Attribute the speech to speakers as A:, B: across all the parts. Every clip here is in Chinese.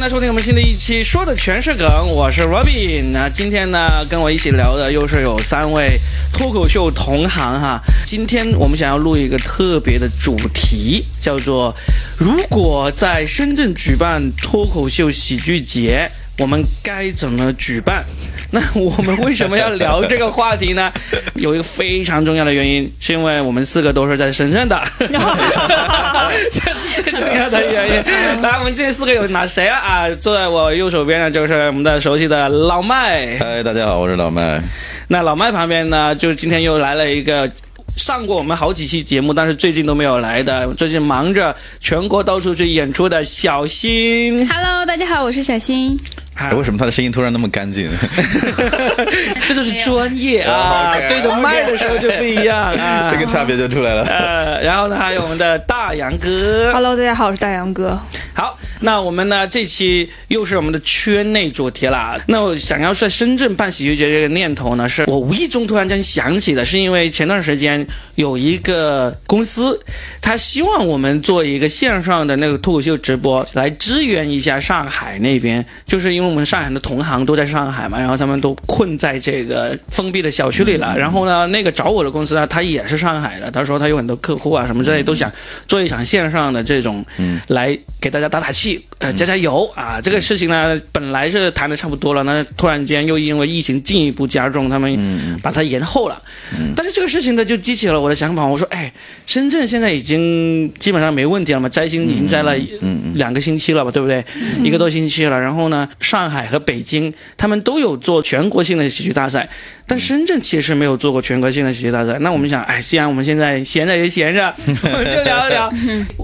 A: 来收听我们新的一期，说的全是梗，我是 Robin。那今天呢，跟我一起聊的又是有三位脱口秀同行哈。今天我们想要录一个特别的主题，叫做“如果在深圳举办脱口秀喜剧节，我们该怎么举办？” 那我们为什么要聊这个话题 呢？有一个非常重要的原因，是因为我们四个都是在深圳 的，这是最重要的原 因。来，我们这四个有哪谁啊？啊，坐在我右手边的就是我们的熟悉的老 麦，
B: 嗨，大家好，我是老麦。
A: 那老麦旁边呢，就今天又来了一个。上过我们好几期节目，但是最近都没有来的，最近忙着全国到处去演出的小新，
C: Hello，大家好，我是小新。
A: 啊
B: 哎为什么他的声音突然那么干净？
A: 这就是专业 啊！
B: 哦 OK，
A: 对着麦的时候就不一样啊。
B: 这个差别就出来了。
A: 呃，然后呢，还有我们的大杨哥。
D: Hello，大家好，我是大杨哥。
A: 好，那我们呢这期又是我们的圈内主题啦。那我想要在深圳办喜剧节这个念头呢，是我无意中突然间想起的，是因为前段时间有一个公司，他希望我们做一个线上的那个脱口秀直播，来支援一下上海那边，就是因为我们上海的同行都在上海嘛，然后他们都困在这个封闭的小区里了。然后呢，那个找我的公司呢，他也是上海的，他说他有很多客户啊什么之类，都想做一场线上的这种，来给大家打打气，呃，加加油啊！这个事情呢，本来是谈的差不多了，那突然间又因为疫情进一步加重，他们把它延后了。但是这个事情呢，就激起了我的想法，我说，哎，深圳现在已经基本上没问题了嘛，摘星已经摘了
B: 嗯
A: 两个星期了吧，对不对？一个多星期了。然后呢，上海和北京他们都有做全国性的喜剧大赛，但深圳其实没有做过全国性的喜剧大赛。那我们想，哎，既然我们现在闲着也闲着，我们就聊一聊，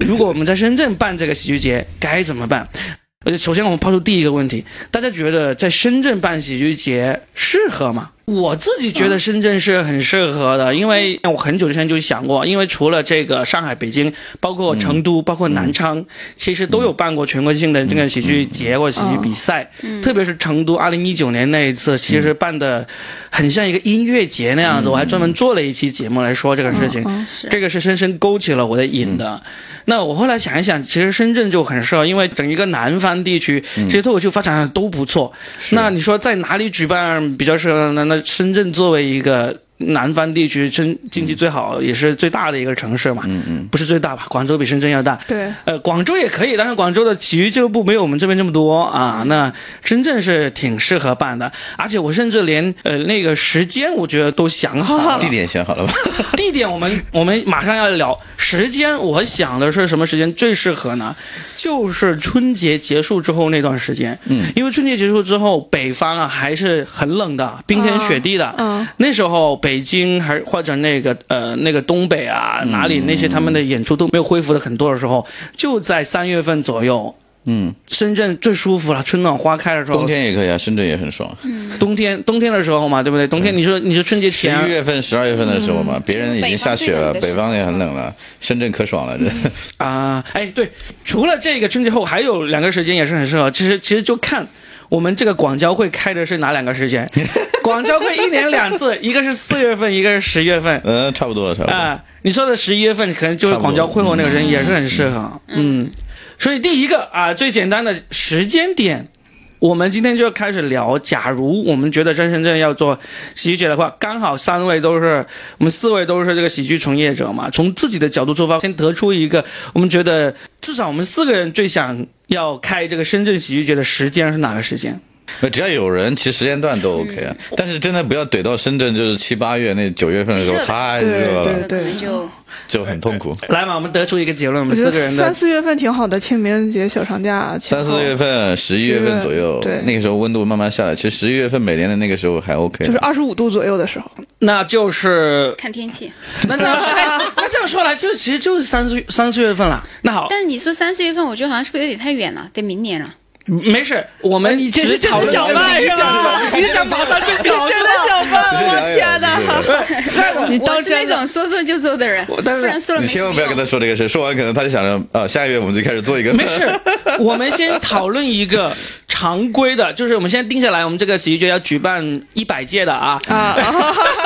A: 如果我们在深圳办这个喜剧节该怎么办？而且，首先我们抛出第一个问题，大家觉得在深圳办喜剧节适合吗？我自己觉得深圳是很适合的，因为我很久之前就想过，因为除了这个上海、北京，包括成都，包括南昌，其实都有办过全国性的这个喜剧节或喜剧比赛。特别是成都，二零一九年那一次，其实办的很像一个音乐节那样子。我还专门做了一期节目来说这个事情，这个是深深勾起了我的瘾的。那我后来想一想，其实深圳就很适合，因为整一个南方地区，其实脱口秀发展的都不错。那你说在哪里举办比较适合呢？那深圳作为一个南方地区经经济最好也是最大的一个城市嘛，
B: 嗯嗯，
A: 不是最大吧？广州比深圳要大，
D: 对，
A: 呃，广州也可以，但是广州的体育俱乐部没有我们这边这么多啊。那深圳是挺适合办的，而且我甚至连呃那个时间我觉得都想好 了，
B: 嗯 地点选好了吧？
A: 地点我们我们马上要聊时间，我想的是什么时间最适合呢？就是春节结束之后那段时间，嗯，因为春节结束之后，北方啊还是很冷的，冰天雪地的，
B: 啊
D: 嗯，
A: 那时候北京还或者那个呃那个东北啊哪里那些他们的演出都没有恢复的很多的时候，就在三月份左右，
B: 嗯，
A: 深圳最舒服了，春暖花开的时候，
B: 冬天也可以啊，深圳也很爽。
A: 冬天冬天的时候嘛，对不对？冬天你说你说春节
B: 十
A: 前啊
B: 一月份、十二月份的时候嘛，别人已经下雪了，北
C: 北
B: 方
C: 方
B: 也
C: 也
B: 很
C: 很
B: 冷了，深圳可爽了。这
A: 啊，哎，对，除了这个春节后，还有两个时间也是很适合。其实其实就看我们这个广交会开的是哪两个时间。广交会一年两次，一个是四月份，一个是十月份。
B: 呃，差不多，差不多。
A: 啊、你说的十一月份可能就是广交会后那个人也是很适合，嗯。所以第一个啊，最简单的时间点，我们今天就开始聊。假如我们觉得在深圳要做喜剧节的话，刚好三位都是我们四位都是这个喜剧从业者嘛，从自己的角度出发，先得出一个我们觉得至少我们四个人最想要开这个深圳喜剧节的时间是哪个时间？
B: 那呃只要有人，其实时间段都 OK 啊。但是真的不要怼到深圳，就是七八月那九月份的时候，
C: 最热的
B: 哎太热
D: 对
B: 了，
D: 对对
C: 可能就
B: 就很痛苦。
A: 来嘛，我们得出一个结论，我
D: 我
A: 们
D: 觉
A: 四
D: 得
A: 个人
D: 三
A: 的
D: 四月份挺好的，清明节小长假前
B: 三
D: 后。
B: 四月份、十一月份左右
D: 对，
B: 那个时候温度慢慢下来。其实十一月份每年的那个时候还 OK，
D: 就是啊二十五度左右的时候，
A: 那就是
C: 看天气。
A: 那这样说来，那这样说来，就其实就是三四三四月份了。那好，
C: 但是你说三四月份，我觉得好像是不是有点太远了？得明年了。
A: 没事，我们哎你这是讨论
D: 小麦
A: 是吧？你是想跑上去搞是吧？呃
B: 只是两啊眼不是人
A: 那我
D: 你当
C: 我是那
D: 真的
C: 种说做就做的人，
A: 我但是
C: 不然说了
B: 你
C: 没
B: 千万不要跟他说这个事，说完可能他就想着啊，下个月我们就开始做一个。
A: 没事，我们先讨论一个常规的，就是我们现在定下来，我们这个喜剧节要举办一百届的啊。
D: 啊，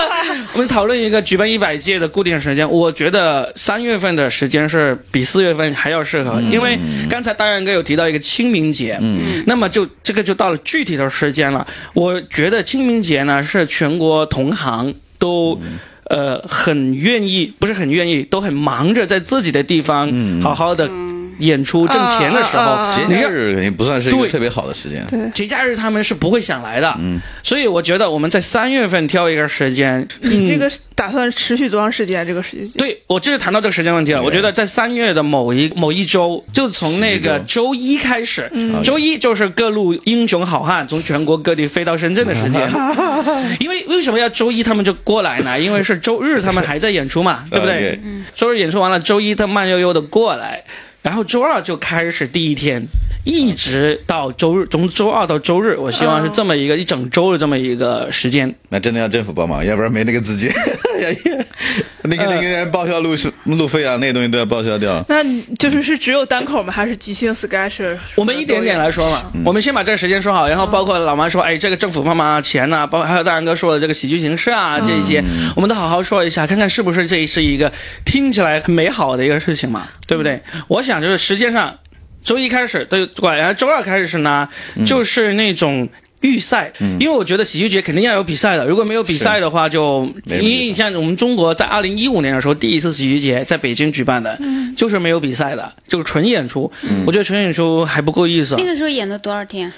A: 我们讨论一个举办一百届的固定时间，我觉得三月份的时间是比四月份还要适合，因为刚才大然哥有提到一个清明节，嗯，那么就这个就到了具体的时间了。我觉得清明节呢是全国同行都。呃，很愿意，不是很愿意，都很忙着在自己的地方好好的演出挣钱的时候，
D: 啊啊 啊
B: 节
A: 你
B: 假
A: 让
B: 日肯定不算是一个
A: 对
B: 特别好的时间。
D: 对，
A: 节假日他们是不会想来的，所以我觉得我们在三月份挑一个时间，
D: 你这个打算持续多长时间？这个时间？
A: 对我就是谈到这个时间问题了。
B: 对
A: 我觉得在三月的某一某一周，就从那个周嗯一开始，周一就是各路英雄好汉从全国各地飞到深圳的时 间。因为为什么要周一他们就过来 呢？因为是周日他们还在演出 嘛，对不对
B: OK？
A: 周日演出完了，周一他慢悠悠的过来，然后周二就开始第一天。一直到周日，从周二到周日，我希望是这么一个、一整周的这么一个时间。
B: 那真的要政府帮忙，要不然没那个资金。
A: 呃
B: 那个那个人报销路是路费啊，那个东西都要报销掉。
D: 那你就是是只有单口吗？还是即兴 sketch？
A: 我们一点点来说嘛，我们先把这个时间说好，然后包括老妈说，哎，这个政府帮忙啊钱呐、包括还有大然哥说的这个喜剧形式啊，这些，我们都好好说一下，看看是不是这是一个听起来很美好的一个事情嘛，对不对？我想就是时间上，周一开始对过来，然后周二开始呢，就是那种。预赛，因为我觉得喜剧节肯定要有比赛的，如果没有比赛的话就，
B: 没
A: 因
B: 有比赛
A: 为你像我们中国在二零一五年的时候，第一次喜剧节在北京举办的，
C: 嗯
A: 就是没有比赛的，就是纯演出。
B: 嗯
A: 我觉得纯演出还不够意思啊
C: 那，个时候演了多少天？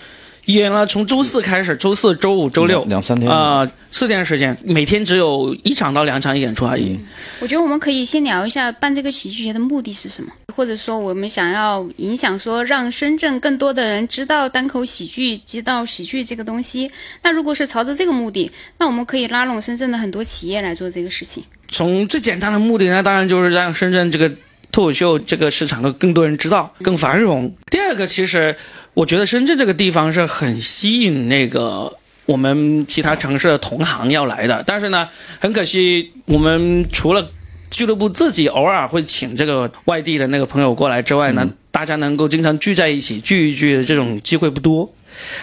A: 演了从周四开始，周四周五周六
B: 两两三天
A: 啊，四天时间，每天只有一场到两场演出而已。
C: 我觉得我们可以先聊一下办这个喜剧节的目的是什么，或者说我们想要影响说让深圳更多的人知道单口喜剧，知道喜剧这个东西。那如果是朝着这个目的，那我们可以拉拢深圳的很多企业来做这个事情。
A: 从最简单的目的呢，当然就是让深圳这个脱口秀这个市场更更多人知道，更繁荣。第二个，其实我觉得深圳这个地方是很吸引那个我们其他城市的同行要来的，但是呢，很可惜，我们除了俱乐部自己偶尔会请这个外地的那个朋友过来之外呢，大家能够经常聚在一起聚一聚的这种机会不多。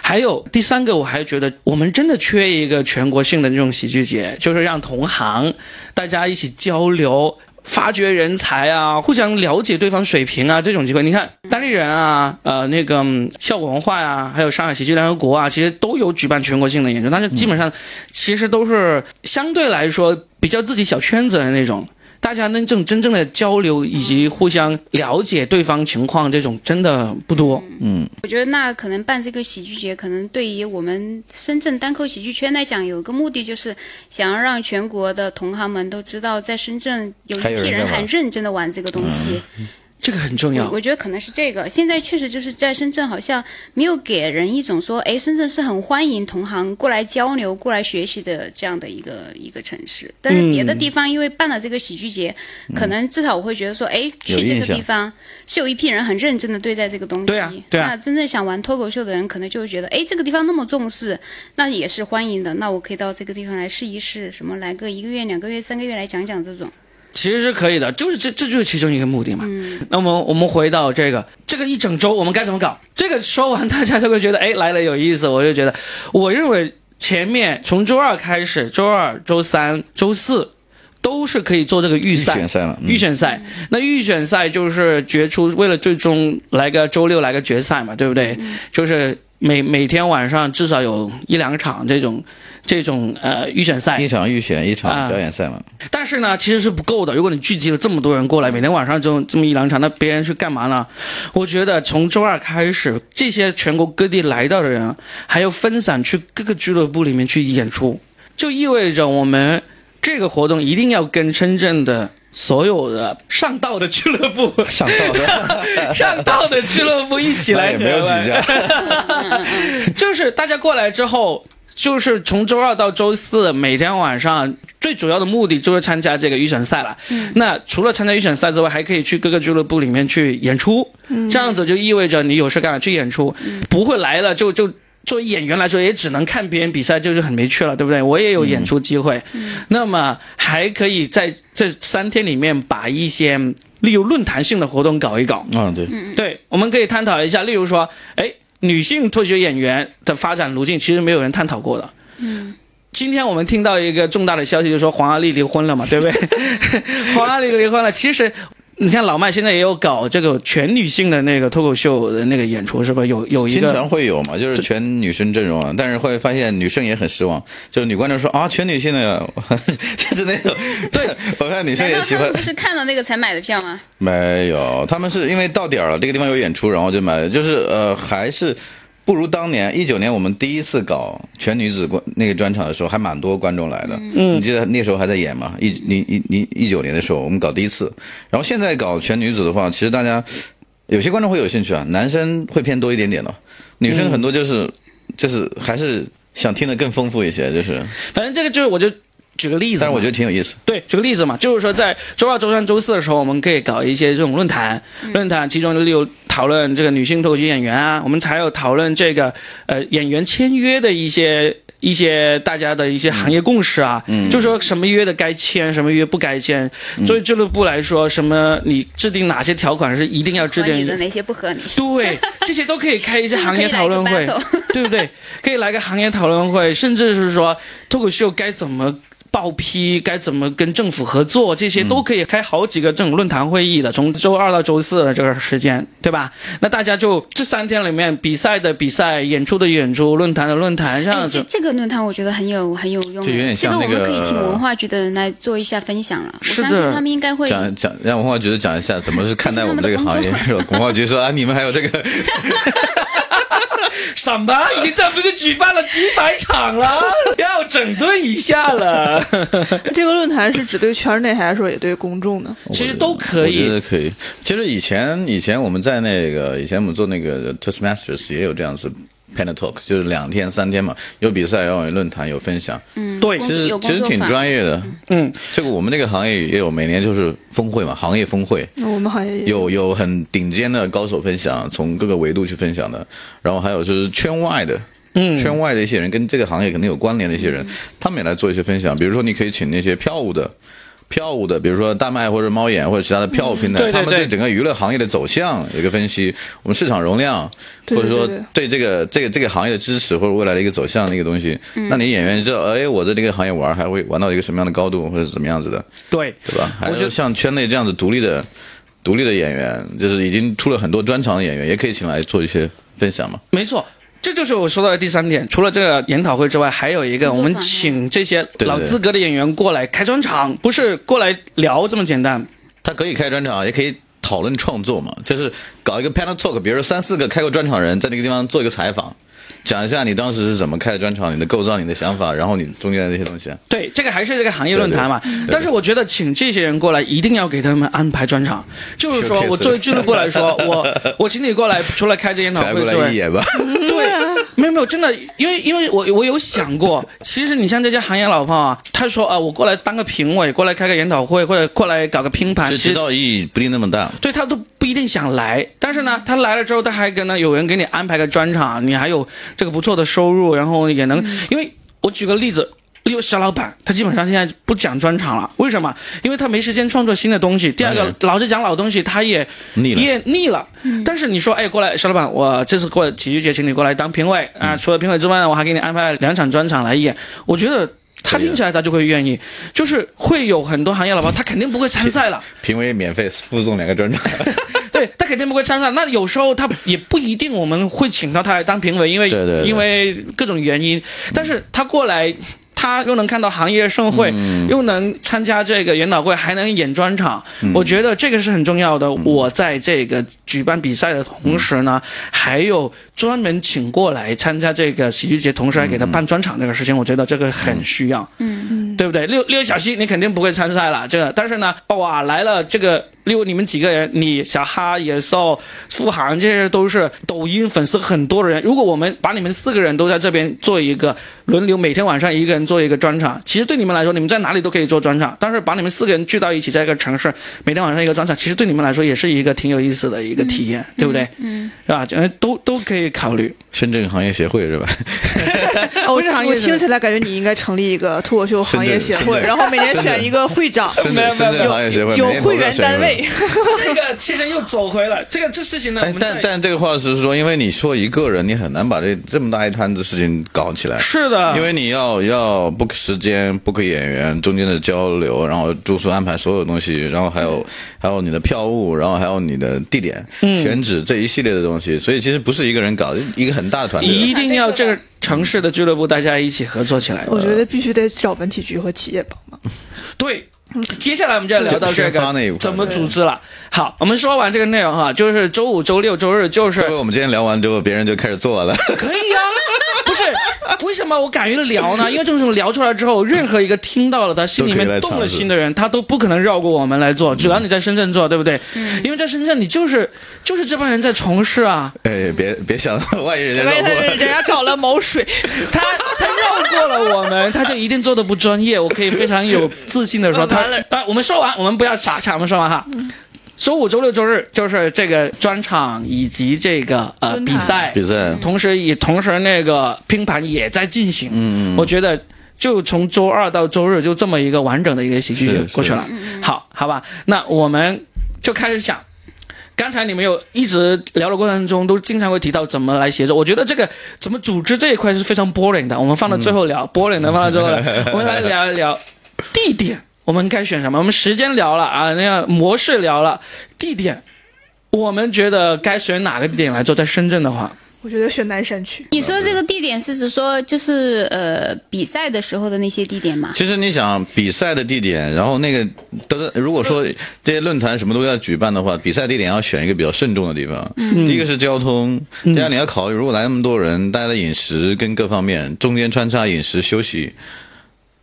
A: 还有第三个，我还觉得我们真的缺一个全国性的这种喜剧节，就是让同行大家一起交流。发掘人才啊，互相了解对方水平啊，这种机会，你看当地人啊，呃，那个嗯效果文化呀、还有上海喜剧联合国啊，其实都有举办全国性的演出，但是基本上其实都是相对来说比较自己小圈子的那种，大家能正真正的交流以及互相了解对方情况，这种真的不多。
C: 我觉得那可能办这个喜剧节，可能对于我们深圳单口喜剧圈来讲，有一个目的就是想要让全国的同行们都知道，在深圳有一
B: 还有人
C: 批人
B: 在玩
C: 很认真的玩这个东西。
A: 这个很重
C: 我
A: 要。
C: 我觉得可能是这个。现在确实就是在深圳，好像没有给人一种说，哎，深圳是很欢迎同行过来交流、过来学习的这样的一个一个城市。但是别的地方因为办了这个喜剧节，
A: 嗯
C: 可能至少我会觉得说，哎，
B: 有
C: 去这
B: 印
C: 个
B: 象
C: 地方是有一批人很认真的对待这个东
A: 啊对
C: 西。
A: 啊对啊
C: 那真正想玩脱口秀的人，可能就会觉得，哎，这个地方那么重视，那也是欢迎的。那我可以到这个地方来试一试，什么来个一个月、两个月、三个月来讲讲这种。
A: 其实是可以的，就是这这就是其中一个目的嘛。那么我们回到这个这个一整周我们该怎么搞？这个说完大家就会觉得哎来了有意思，我就觉得我认为前面从周二开始，周二、周三、周四都是可以做这个预
B: 预
A: 赛。
B: 选赛嘛，嗯
A: 预选赛，那预选赛就是决出，为了最终来个周六来个决赛嘛，对不对？就是每每天晚上至少有一两场这种这种呃预选赛
B: 一，场预选，一
A: 啊
B: 场表演赛嘛。
A: 但是呢，其实是不够的。如果你聚集了这么多人过来，
B: 嗯
A: 每天晚上就这么一两场，那别人是干嘛呢？我觉得从周二开始，这些全国各地来到的人，还要分散去各个俱乐部里面去演出，就意味着我们这个活动一定要跟深圳的所有的上道的俱乐部、
B: 上道 的
A: 上道的俱乐部一起
B: 那
A: 来
B: 也没有
A: 聊
B: 几
A: 吧
B: 家，
A: 就是大家过来之后，就是从周二到周四，每天晚上最主要的目的就是参加这个预选赛了。那除了参加预选赛之外，还可以去各个俱乐部里面去演出，这样子就意味着你有事干了去演出，不会来了就就。作为演员来说，也只能看别人比赛，就是很没趣了，对不对？我也有演出机会，那么还可以在这三天里面把一些例如论坛性的活动搞一搞，
B: 嗯，对，
A: 对，我们可以探讨一下，例如说，哎，女性脱口秀演员的发展路径，其实没有人探讨过的。嗯，今天我们听到一个重大的消息，就是说黄阿丽离婚 了嘛，对不对？ 黄阿丽离婚了，其实。你看老麦现在也有搞这个全女性的那个脱口秀的那个演出，是吧？有有一
B: 经
A: 个
B: 常会有嘛，就是全女生阵容啊，但是会发现女生也很失望，就是女观众说啊，全女性的， 就是那种，对我看女生
C: 难
B: 也
C: 道
B: 喜
C: 他
B: 欢
C: 们，不是看到那个才买的票吗？
B: 没有，他们是因为到点儿了，这个地方有演出，然后就买了，就是呃，还是不如当年一九年我们第一次搞全女子观那个专场的时候，还蛮多观众来的。嗯，你记得那时候还在演吗？一你一你一九年的时候，我们搞第一次，然后现在搞全女子的话，其实大家有些观众会有兴趣啊，男生会偏多一点点了，女生很多就是、就是还是想听的更丰富一些，就是，
A: 反正这个就是我就举个例子嘛，
B: 但是我觉得挺有意思。
A: 对，举个例子嘛，就是说在周二、周三、周四的时候，我们可以搞一些这种论坛，
C: 嗯
A: 论坛其中例如讨论这个女性脱口秀演员啊，我们还有讨论这个呃演员签约的一些一些大家的一些行业共识啊，嗯、就说什么约的该签，什么约不该签。
C: 嗯
A: 作为俱乐部来说，什么你制定哪些条款是一定要制
C: 合你
A: 定
C: 的哪些不合你？
A: 对，这些都可以开一些
C: 是不是
A: 行
C: 可以
A: 业
C: 来
A: 讨
C: 一个
A: 论会
C: battle？，
A: 对不对？可以来个行业讨论会，甚至是说脱口秀该怎么报批，该怎么跟政府合作，这些都可以开好几个这种论坛会议的。从周二到周四的这个时间，对吧？那大家就这三天里面，比赛的比赛，演出的演出，论坛的论坛，这
C: 哎
A: 样，
C: 这
A: 子。
C: 这个论坛我觉得很有很有用
B: 这有点
C: 哎，这
B: 像
C: 个我
B: 那
C: 们
B: 个
C: 可以请文化局的人来做一下分享了。我
A: 是
C: 相
A: 的
C: 信他们应该会
B: 讲讲，让文化局的讲一下怎么是看待我们这个行业
C: 这。
B: 文化局说啊，你们还有这个
A: 什么？你这不是举办了几百场了？要整顿一下了。
D: 这个论坛是只对圈内还是说也对公众呢？
A: 其实都可
B: 我觉
A: 以
B: 得。可以。其实以前以前我们在那个以前我们做那个 Toastmasters 也有这样子 panel talk，就是两天三天嘛，有比赛，然后有论坛，有分享，
A: 对，
C: 公
B: 其实
C: 嗯有
B: 其
C: 工
B: 实
C: 作
B: 挺
C: 坊
B: 专业的。嗯，这个我们那个行业也有，每年就是峰会嘛，行业峰会。
D: 那我们好像也
B: 有有很顶尖的高手分享，从各个维度去分享的，然后还有就是圈外的。嗯，圈外的一些人跟这个行业肯定有关联的一些人，他们也来做一些分享。比如说，你可以请那些票务的、票务的，比如说大麦或者猫眼或者其他的票务平台，
A: 对对
B: 他们
A: 对
B: 对整个娱乐行业的走向有一个分析，我们市场容量，
D: 对对
B: 或
D: 对
B: 者
D: 对
B: 说对这个这个这个行业的支持或者未来的一个走向的一个东西。那你演员知道，哎，我在这个行业玩还会玩到一个什么样的高度或者是怎么样子的？
A: 对，
B: 对吧？还
A: 我觉
B: 有
A: 得
B: 像圈内这样子独立的、独立的演员，就是已经出了很多专场的演员，也可以请来做一些分享嘛。
A: 没错，这就是我说到的第三点。除了这个研讨会之外，还有一个，
C: 工
A: 我
C: 作坊
A: 们请这些
B: 对
A: 老资格的演员过来开专场，不是过来聊这么简单。
B: 他可以开专场，也可以讨论创作嘛，就是搞一个 panel talk，比如说三四个开过专场人在那个地方做一个采访，讲一下你当时是怎么开的专场，你的构造、你的想法，然后你中间的那些东西。啊
A: 对，这个还是这个行业论坛嘛。
B: 对
A: 但是我觉得请这些人过来，一定要给他们安排专场。就是说
B: Showcase
A: 我作为俱乐部来 说，我我请你过来，除了开这研讨
B: 才
A: 会
B: 过
A: 之
B: 来
A: 外
B: 一，眼吧，
A: 对，
D: 啊
A: 没有没有，真的，因为因为我我有想过，其实你像这些行业老炮啊，他说啊，我过来当个评委，过来开个研讨会，或者过来搞个拼盘，
B: 这
A: 啊其
B: 指
A: 实
B: 导意义不一定那么大。
A: 对他都不一定想来，但是
B: 嗯
A: 呢，他来了之后，他还跟呢有人给你安排个专场，你还有这个不错的收入，然后也能，
B: 嗯
A: 因为我举个例子。例如小老板，他基本上现在不讲专场了，为什么？
B: 嗯
A: 因为他没时间创作新的东西。第二个
B: 当然，
A: 老是讲老东西，他也
B: 哎腻了嗯
A: 也腻了。但是你说，哎，过来，小老板，我这次过喜剧节，请你过来当评委啊、
B: 嗯
A: 除了评委之外呢，我还给你安排了两场专场来演。我觉得他
B: 可以的
A: 听起来他就会愿意，就是会有很多行业老板，他肯定不会参赛了。
B: 评委免费附送两个专场，
A: 对他肯定不会参赛。那有时候他也不一定我们会请到他来当评委，因为
B: 对对嗯对
A: 因为各种原因，但是他过来。他又能看到行业盛会，
B: 嗯
A: 又能参加这个研讨会，还能演专场，
B: 嗯
A: 我觉得这个是很重要的。我在这个举办比赛的
B: 嗯
A: 同时呢，还有专门请过来参加这个喜剧节，同时还给
B: 嗯
A: 他办专场这个事情，我觉得这个很需要。
C: 嗯
A: 对不对？六六小西你肯定不会参赛了，这个。但是呢，哇，来了这个六，你们几个人，你小哈、野兽、付航，这些都是抖音粉丝很多的人。如果我们把你们四个人都在这边做一个轮流，每天晚上一个人做一个专场，其实对你们来说，你们在哪里都可以做专场。但是把你们四个人聚到一起，在一个城市，每天晚上一个专场，其实对你们来说也是一个挺有意思的一个体验，对不对？嗯，是吧？这都都可以考虑。
B: 深圳行业协会是吧？
D: 哦，
A: 不是行业
D: 我
A: 是
D: 听起来感觉你应该成立一个脱口秀行业协
B: 深
D: 会，
B: 圳
D: 然后每年选一个会长，
B: 深圳深圳行业协会
D: 有
B: 每年投
D: 会
B: 票
D: 员
B: 选一
D: 单
B: 个
D: 位，累，
A: 这个其实又走回了这个这事情呢，我
B: 哎，
A: 们
B: 但
A: 在
B: 但这个话是说，因为你说一个人，你很难把这这么大一摊子事情搞起来，
A: 是啊的，
B: 因为你要要 book 时间，book 演员中间的交流，然后住宿安排所有东西，然后还有还有你的票务，然后还有你的地点、选址这一系列的东西，所以其实不是一个人搞，一个很大的团队。
A: 一定要这个城市的俱乐部大家一起合作起来。
D: 我觉得必须得找文体局和企业帮忙。
A: 对。接下来我们就要聊到这
B: 宣发那一
A: 个
B: 块
A: 怎么组织了。好，我们说完这个内容哈，就是周五、周六、周日就是
B: 会不会我们今天聊完之后，别人就开始做了？
A: 可以呀、不是，为什么我敢于聊呢？因为这种聊出来之后，任何一个听到了他心里
B: 都可以
A: 面
B: 来
A: 动了
B: 尝试
A: 心的人，他都不可能绕过我们来做。只要你在深圳做，对不对？因为在深圳，你就是就是这帮人在从事啊，
B: 哎，别别想 了，万一人家
D: 万
B: 绕
D: 一他
B: 过
D: 人
B: 了。
D: 家找了某水，
A: 他他绕过了我们，他就一定做的不专业。我可以非常有自信的说，他
D: 完了
A: 啊，我们说完，我们不要傻岔，我们说完哈。周五、周六、周日就是这个专场以及这个呃
D: 论坛
A: 比赛，
B: 比赛嗯
A: 同时也同时那个拼盘也在进行。嗯嗯，我觉得就从周二到周日就这么一个完整的一个喜剧
B: 是
A: 就过去了。好，好吧，那我们就开始讲。刚才你们有一直聊的过程中，都经常会提到怎么来协作。我觉得这个怎么组织这一块是非常 boring 的，我们放到最后 聊、boring 的放到最后聊。我们来聊一聊地点，我们该选什么？我们时间聊了啊，那个模式聊了，地点，我们觉得该选哪个地点来做？在深圳的话，
D: 我觉得选南山区。
C: 你说这个地点是指说就是呃比赛的时候的那些地点吗？
B: 其实你想比赛的地点，然后那个都如果说这些论坛什么都要举办的话，比赛地点要选一个比较慎重的地方。
D: 嗯
B: 第一个是交通，第二你要考虑，如果来那么多人，大家的饮食跟各方面中间穿插饮食休息。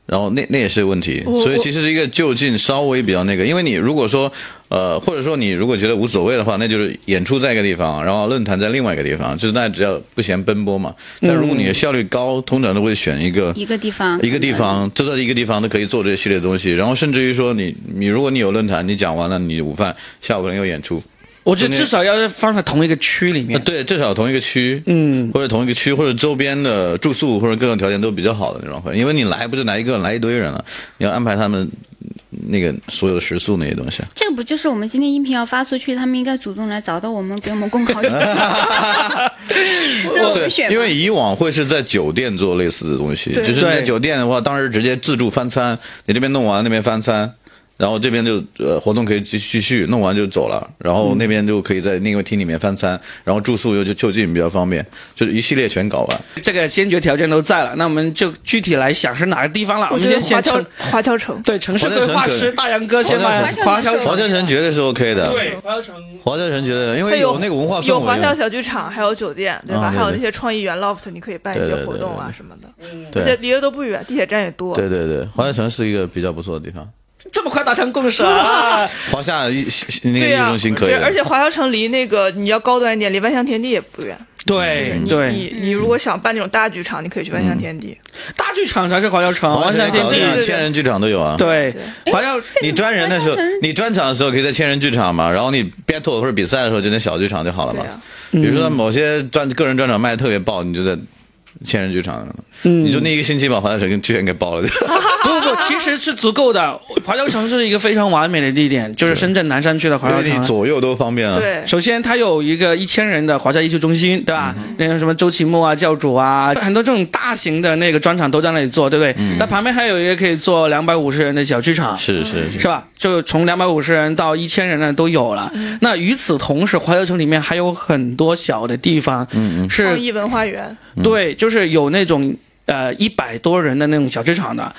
B: 然后那那也是问题，
D: 我
B: 所以其实是一个就近稍微比较那个，因为你如果说，呃，或者说你如果觉得无所谓的话，那就是演出在一个地方，然后论坛在另外一个地方，就是大家只要不嫌奔波嘛。但如果你的效率高，通常都会选一个
C: 一个地方，
B: 一个地方，就在一个地方都可以做这系列的东西。然后甚至于说你，你如果你有论坛，你讲完了，你午饭下午可能有演出，
A: 我觉得
B: 中间
A: 至少要是放在同一个区里
B: 呃
A: 面。
B: 对，至少同一个区，嗯，或者同一个区，或者周边的住宿或者各种条件都比较好的那种会，因为你来不是来一个人来一堆人了，你要安排他们那个所有的食宿那些东西。
C: 这个不就是我们今天音频要发出去，他们应该主动来找到我们，给我们供 稿。 那我们选吧
B: 因为以往会是在酒店做类似的东西，
D: 对
B: 就是
A: 对
B: 在酒店的话，当时直接自助翻餐，你这边弄完那边翻餐，然后这边就呃活动可以继续继续，弄完就走了，然后那边就可以在那个厅里面翻餐，然后住宿又就就近比较方便，就是一系列全搞完。
A: 这个先决条件都在了，那我们就具体来想是哪个地方了。我
D: 我
A: 们
D: 觉得
A: 先
D: 华
A: 先
D: 侨
A: 城
D: 华 侨城，
A: 对城市
B: 华侨
A: 规
B: 城
A: 划
B: 可以
A: 师大杨哥先把
B: 华侨
C: 城
A: 华
D: 嗯
A: 侨
B: 黄
A: 城
B: 家城觉得是 OK 的，
A: 对华侨城
B: 黄家城觉得，因
D: 它
B: 为有那个文化氛围，
D: 有华侨小剧场，还有酒店，对吧？
B: 嗯对
D: 还有
B: 对
D: 那些创意园 loft，你可以办一些活动啊什么的，而
B: 对
D: 且离得都不远，地铁站也多。
B: 对对对，黄家城是一个比较不错的地方，
A: 这么快达成共识啊！
B: 华夏一那个
D: 对
B: 艺术
D: 呀
B: 中心可以
D: 对
B: 的，
D: 而且华侨城离那个你要高端一点，离万象天地也不远。
A: 对
B: 嗯
A: 对，
C: 嗯
D: 你你如果想办那种大剧场，你可以去万象天地。
A: 大剧场才是华侨城，
B: 华
A: 华
B: 侨
A: 山天
B: 城搞
A: 地
B: 这样
D: 对对
B: 千人剧场都有啊。
A: 对华侨
C: 这个
B: 你专人的时候
C: 华侨城，
B: 你专场的时候可以在千人剧场嘛，然后你 battle 或者比赛的时候就在小剧场就好了嘛
D: 对啊。
B: 比如说
A: 嗯
B: 某些专个人专场卖得特别爆，你就在千人剧场，你就
A: 嗯
B: 那一个星期把华夏城跟剧院给 包了就。
A: 不不，其实是足够的。华侨城是一个非常完美的地点，就是深圳南山区的华侨
B: 因为你
A: 城。
B: 左右都方便啊。
D: 对，
A: 首先，它有一个一千人的华夏艺术中心，对吧？那个什么周奇墨啊、教主啊，很多这种大型的那个专场都在那里做，对不对？但旁边还有一个可以坐两百五十人的小剧场，
B: 是是
A: 是
B: 是，
A: 吧？就从两百五十人到一千人的都有了。那与此同时，华侨城里面还有很多小的地方，嗯嗯，
D: 创
A: 是
D: 意文化园，
A: 对，就是有那种呃一百多人的那种小剧场 的。
D: 啊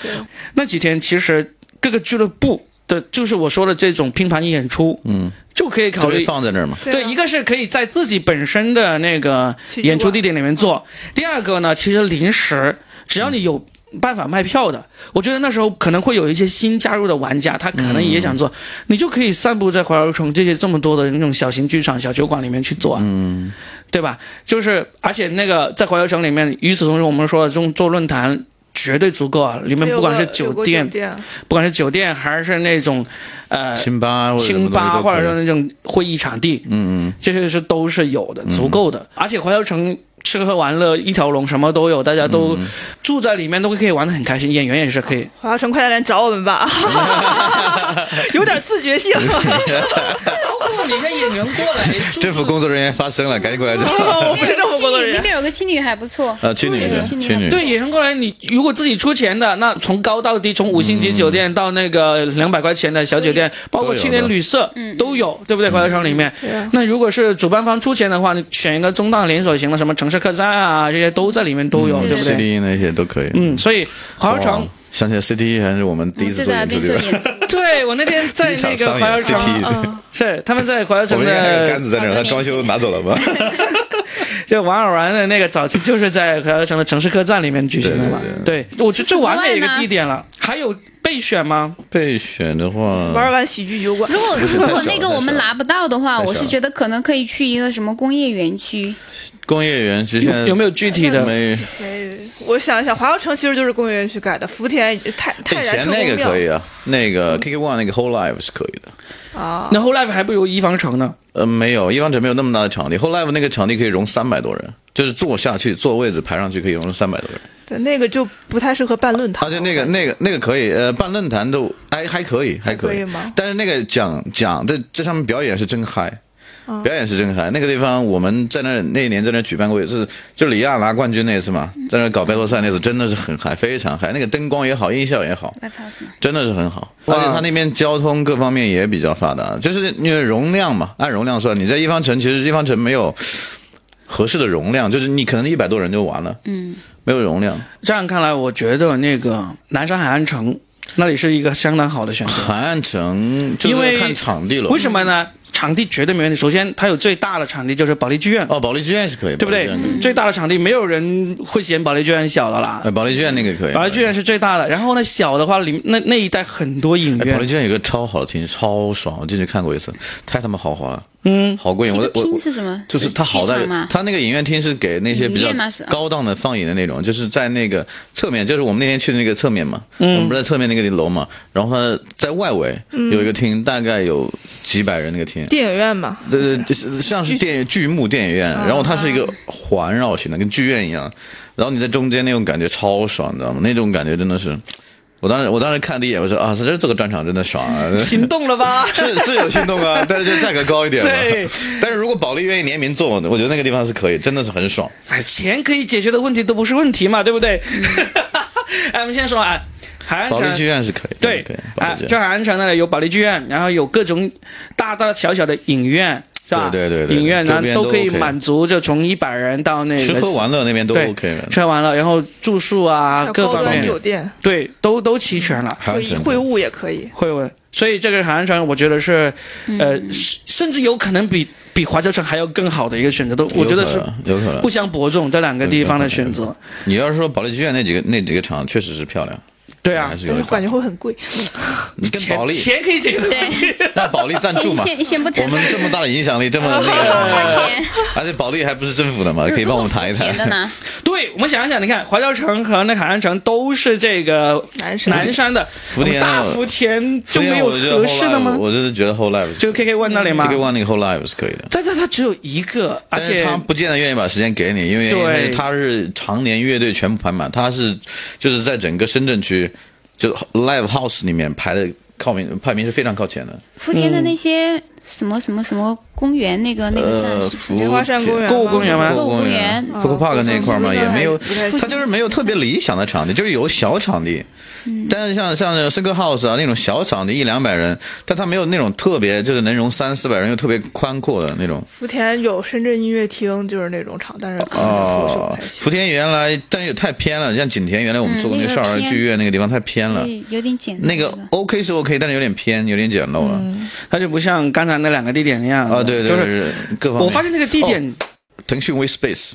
A: 那几天其实各个俱乐部的，就是我说的这种拼盘演出，
B: 嗯，
A: 就可以考
B: 就
A: 虑
B: 被。放在那儿嘛。
A: 对，
D: 啊
A: 一个是可以在自己本身的那个演出地点里面做，第二个呢，其实临时只要你有办法卖票的，我觉得那时候可能会有一些新加入的玩家，他可能也想做，你就可以散布在怀柔城这些这么多的那种小型剧场、小酒馆里面去做，嗯，对吧？就是而且那个在怀柔城里面，与此同时，我们说的这种做论坛。绝对足够啊！里面
D: 有
A: 不管
D: 个
A: 是
D: 有
A: 酒
D: 个
A: 店，
D: 酒店
A: 不管是酒店还是那种，呃，
B: 清吧或者什么
A: 清吧，
B: 东西都
A: 或
B: 可
A: 者
B: 以
A: 说那种会议场地，
B: 嗯嗯，
A: 这些是都是有的，足够的。而且环球城吃喝玩乐一条龙，什么都有，大家都
B: 嗯
A: 住在里面，都可以玩得很开心。演员也是可以，
D: 华侨城，快点来找我们吧！有点自觉性。
A: 包括哎你跟演员过来，
B: 政府工作人员发声了，赶紧过来找。
D: 我不是这么过的
C: 那
D: 人。
C: 边有个青旅还不错，嗯
B: 呃，去女
C: 哦对
B: 的，
C: 去女
B: 去女，
A: 对，演员过来，你如果自己出钱的，那从高到低，从五星级酒店到那个
B: 嗯
A: 两百块钱的小酒店，包括青年旅社都有，对不对？快乐城里面
B: 嗯
D: 对啊，
A: 那如果是主办方出钱的话，你选一个中档连锁型的，什么城市客栈啊，这些都在里面都有，
C: 嗯
A: 对不对？
C: 是
B: CDE 那些都可以。
A: 嗯，所以华
B: 哇，
A: 侨城，
B: 想起来 CDE 还是我们第一
C: 嗯，
B: 次
C: 对
B: 做
C: 的，
B: 演出地
C: 边做
B: 方，
C: 演 出。
A: 对我那天在那
B: 经常
A: 个
B: 上
A: 华侨
B: 演 CT
A: 城，
D: 嗯
B: 的，
A: 是他们在华侨城
B: 我们那还有杆
A: 的，
B: 子在那儿，
C: 好多
B: 他装修拿走了吗？
A: 就王尔玩的那个早期就是在华侨城的城市客栈里面举行的嘛。对，我觉得最完美一个地点了。还有备选吗？
B: 备选的话，
D: 玩完喜剧酒馆，
C: 如果
B: 是
C: 如
B: 太
C: 果
B: 小
C: 那个
B: 了太
C: 我们
B: 小了
C: 拿不到的话，
B: 太
C: 我
B: 小
C: 是
B: 了
C: 觉得可能可以去一个什么工业园区，
B: 工业园区现在
A: 有有没有具体的？
B: 没？
D: 没哎我想一想，华侨城其实就是工业园区改的，福田泰泰
B: 以
D: 然
B: 前
D: 车
B: 那
D: 公
B: 个
D: 庙
B: 可以啊，那个 KK One 那个 Whole Life 是可以的。
D: 啊，
A: 那后 life 还不如一方城呢。
B: 呃，没有，一方城没有那么大的场地，Whole Life 那个场地可以容三百多人，就是坐下去坐位置排上去可以容三百多人。
D: 对那个就不太适合办论坛，
B: 而且啊那个那个那个可以，呃，办论坛都还还可以，还可
D: 可以吗
B: 但是那个讲讲这这上面表演是真嗨。表演是真嗨，那个地方我们在那儿那一年在那儿举办过一次，就李亚拿冠军那次嘛，在那儿搞贝洛赛那次真的是很嗨，非常嗨，那个灯光也好，音效也好，
C: Live House 嘛。
B: 真的是很好。
A: 哇
B: 而且它那边交通各方面也比较发达，就是因为容量嘛，按容量算，你在一方城其实一方城没有合适的容量，就是你可能一百多人就完了，
C: 嗯，
B: 没有容量。
A: 这样看来，我觉得那个南沙海岸城那里是一个相当好的选择。
B: 海岸城就
A: 因为
B: 是看场地了，
A: 为什么呢？场地绝对没问题。首先，它有最大的场地就是保利剧院，
B: 哦，保利剧院是可以，
A: 对不对
B: 保利剧院可以？
A: 最大的场地没有人会嫌保利剧院小的啦
B: 呃，。保利剧院那个可以。
A: 保利剧院是最大的，然后呢，小的话里那那一带很多影
B: 哎，保利
A: 院，
B: 剧院有个超好听，超爽，我进去看过一次，太他妈豪华了，嗯，好过瘾。
C: 这
B: 我
C: 个
B: 我
C: 厅
B: 我
C: 是什么？
B: 就是它
C: 剧
B: 好在
C: 场吗？
B: 它那个影院厅是给那些比
C: 影
B: 较
C: 院吗是
B: 高档的放映的那种，就是在那个侧面，就是我们那天去的那个侧面嘛，
A: 嗯
B: 我们不是在侧面那个楼嘛，然后它在外围有一个厅，大概有几百人那个厅。
D: 电影院嘛，
B: 对对，呃就是像是电剧幕电影院，
A: 嗯
B: 然后它是一个环绕型的，跟剧院一样。然后你在中间那种感觉超爽，你知道吗？那种感觉真的是，我当时我当时看第一眼，我说啊，这这个专场真的爽啊！
A: 心动了吧？
B: 是是有心动啊， 但是就价格高一点嘛。
A: 对，
B: 但是如果保利愿意联名做，我觉得那个地方是可以，真的是很爽。
A: 哎，钱可以解决的问题都不是问题嘛，对不对？ 哎，我们先说啊，海岸
B: 保利剧
A: 城。
B: 院是可以，
A: 对
B: 可以，，保
A: 啊
B: 利剧，
A: 这
B: 院。
A: 海岸城那里有保利剧院，然后有各种大大小小的影院，是吧？
B: 对对对对
A: 影院
B: 周
A: 然后
B: 边
A: 都
B: 都
A: 可以
B: OK
A: 满足，就从一百人到那
B: 吃
A: 个
B: 喝玩乐那边都
A: 对
B: OK 的，
A: 吃完了，然后住宿
D: 还
A: 啊
D: 有
A: 各
D: 高
A: 方
D: 端
A: 面，
D: 酒店、
A: 对，都都齐全了，
B: 还有
D: 会
B: 什
D: 议
B: 么
D: 会务也可以。
A: 会不会？所以这个海岸城，我觉得是，
B: 嗯
A: 呃，甚甚至有可能比比华侨城还要更好的一个选择，都我觉得是
B: 有可能有可能
A: 不。相伯仲这两个地方的选择。
B: 你要是说保利剧院那几个那几个场确实是漂亮，
A: 对啊
B: 还，是有
D: 但是
B: 点
D: 感觉会很贵，
B: 你跟保
A: 钱
B: 利
A: 钱可以解决的问题，
C: 对，
B: 让保利赞助
C: 先
B: 嘛。
C: 先先不谈
B: 我们这么大的影响力，这么那
C: 花
B: 个，
C: 钱。
B: 而且保利还不是政府的嘛， 可以帮我们谈一
C: 甜的
B: 谈。
C: 呢？
A: 对我们想一想，你看华侨城和那海岸城都是这个
D: 男生
A: 南山的，
B: 福田
A: 我们大
B: 我
A: 福田就
B: 所以啊
A: 没有
B: 我觉得
A: 合适的
B: Whole Life-
A: 吗？
B: 我就是觉得 Whole Life
A: 就 KK One 那里吗？
B: 这个 One 那个 Whole Life 是可以的，
A: 但是它只有一个，而
B: 但是
A: 且
B: 他不见得愿意把时间给你，因为因为
A: 对
B: 他是常年乐队全部排满，他是就是在整个深圳区就 Live House 里面排的靠名排名是非常靠前的。
C: 福田的
B: 嗯
C: 那些什么什么什么公园，那个那个站
B: 呃，
C: 是不是
B: 福
C: 叫？
D: 莲花山公园
A: 购物公园吗
B: 购物公园
C: 购物公园
B: Coco Park 那一块儿嘛，
C: 嗯
B: 也没有
D: 不太，
B: 它就是没有特别理想的场地，就是有小场地。但是像像那个 c i r c House 啊那种小场地一两百人，但它没有那种特别就是能容三四百人又特别宽阔的那种。
D: 福田有深圳音乐厅，就是那种场，但是可能就脱手不太行。
B: 啊福田原来，但是也太偏了，像景田原来我们
C: 嗯
B: 做过那个
C: 那
B: 少
C: 个
B: 儿
C: 偏
B: 剧院那个地方太偏了。
C: 对，有点简单。
B: 那个 OK 是 OK，但是有点偏，有点简陋了。
A: 它就不像刚才那两个地点一样
B: 啊，对对，
A: 就
B: 对
A: 是
B: 对各方面。哦
A: 我发现那个地点
B: 腾讯 We Space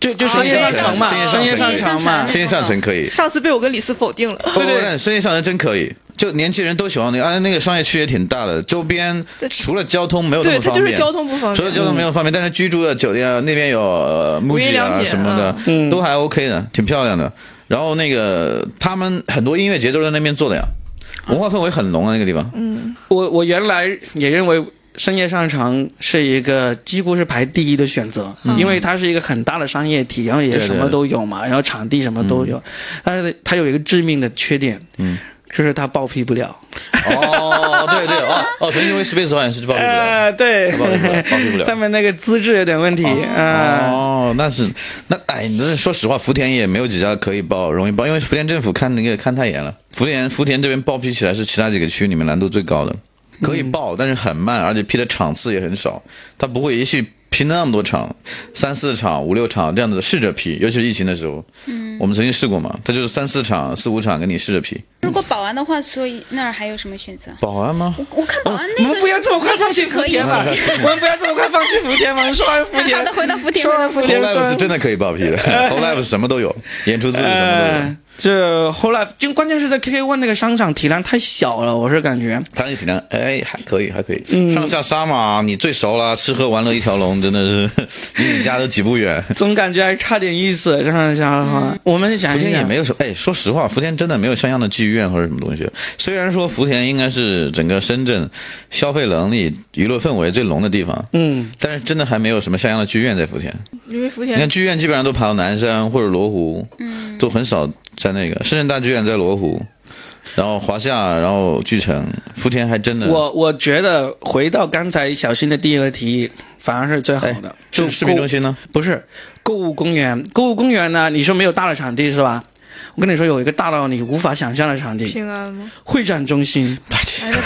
A: 就就
D: 啊
A: 深夜
D: 深夜
A: 上城嘛，
B: 深夜上
A: 深夜上
C: 城
A: 嘛，
B: 深夜上城可以，
D: 上次被我跟李四否定了，
B: 哦 对对，但深夜上城真可以。就年轻人都喜欢那个，啊而且那个商业区也挺大的，周边除了交通没有那
D: 对
B: 么
D: 他
B: 方
D: 就是
B: 便，
D: 交通不方
B: 除了
D: 便。嗯
B: 交通没有方便，但是居住的酒店啊那边有呃木
D: 无
B: 吉
D: 印良
B: 啊
D: 品嗯
B: 什么的，都还 OK 的，挺漂亮的。然后那个他们很多音乐节都是在那边做的呀，文化氛围很浓啊那个地方。
D: 嗯
A: 我我原来也认为深夜上城是一个几乎是排第一的选择，因为它是一个很大的商业体，然后也
B: 对对
A: 什么都有嘛，然后场地什么都有，但是它有一个致命的缺点，嗯，就是他报批不了。
B: 哦，对对哦哦，曾经因为 Space 好像是暴毙 了，
A: 呃，对，
B: 暴毙不了，暴毙不了
A: 他。们那个资质有点问题啊。
B: 哦，那是那哎，你这说实话，福田也没有几家可以报，容易报，因为福田政府看那个看太严了。福田福田这边报批起来是其他几个区里面难度最高的，可以报，但是很慢，而且批的场次也很少，他不会一续批那么多场，三四场、五六场这样子试着批，尤其是疫情的时候，嗯，我们曾经试过嘛，他就是三四场、四五场给你试着批。
C: 如果保安的话，所以那儿还有什么选择？
B: 保安吗？
C: 我我看保安
B: 哦
A: 我
C: 那个
A: 们
C: 是
A: 不要这么快
C: 那
A: 放
C: 个是
A: 弃福
C: 可以
A: 田吧，
C: 的。
A: 我们不要这么快放弃福田吧。我们说完福田
C: 好的，，回到福田，
A: 说
C: 回
A: 完
C: 到
A: 福
C: 福
A: 田
C: 田。
B: Whole Life 是真的可以报批的，Whole Life 什么都有，演出资质什么都有
A: 嗯，，这后来就关键是在 KK One 那个商场体量太小了，我是感觉。
B: 他那个体量，哎，还可以，还可以。
A: 嗯
B: 上下沙嘛，你最熟了，吃喝玩乐一条龙，真的是 离你家都挤不远。
A: 总感觉还差点意思。这样想的话，我们想
B: 福
A: 一想
B: 田也没有什么，哎，说实话，福田真的没有像样的剧院或者什么东西。虽然说福田应该是整个深圳消费能力、娱乐氛围最浓的地方，
A: 嗯，
B: 但是真的还没有什么像样的剧院在福田。
D: 因为福
B: 你看
D: 田
B: 剧院基本上都跑到南山或者罗湖，嗯，都很少在那个深圳大剧院在罗湖，然后华夏，然后巨城，福田还真的
A: 我我觉得回到刚才小新的第一个提议，反而是最好
B: 哎
A: 的。，
B: 市
A: 就
B: 市民
A: 购
B: 中心呢？
A: 不是购物公园，购物公园呢？你说没有大的场地是吧？我跟你说，有一个大到你无法想象的场地，
D: 平安
B: 哦
D: 吗？
A: 会展中心。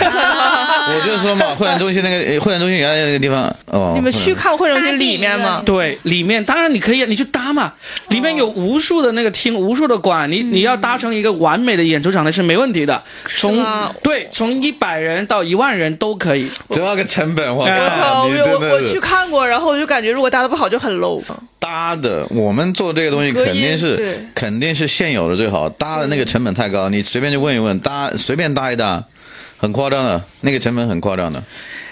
C: 啊
B: 我就说 嘛，会展中心那个呃会展中心原来那个地方，哦，
D: 你们去
B: 会展
D: 看会展中心里面吗？
A: 对，里面当然你可以，你去搭嘛。里面有无数的那个厅，无数的馆，你你要搭成一个完美的演出场嗯那是没问题的。从
D: 吗
A: 对，从一百人到一万人都可以。
B: 只要个成本，我
A: 哎
D: 呃
B: 靠，
D: 我
B: 你
D: 我
B: 真
D: 我
B: 的
D: 去
B: 是
D: 看过，然后我就感觉如果搭的不好就很 low。
B: 搭的。我们做这个东西
D: 隔音
B: 肯定
D: 对嗯
B: 是肯定是现有的最好，搭的那个成本太高，你随便就问一问，搭随便搭一搭，很夸张的，那个成本很夸张的。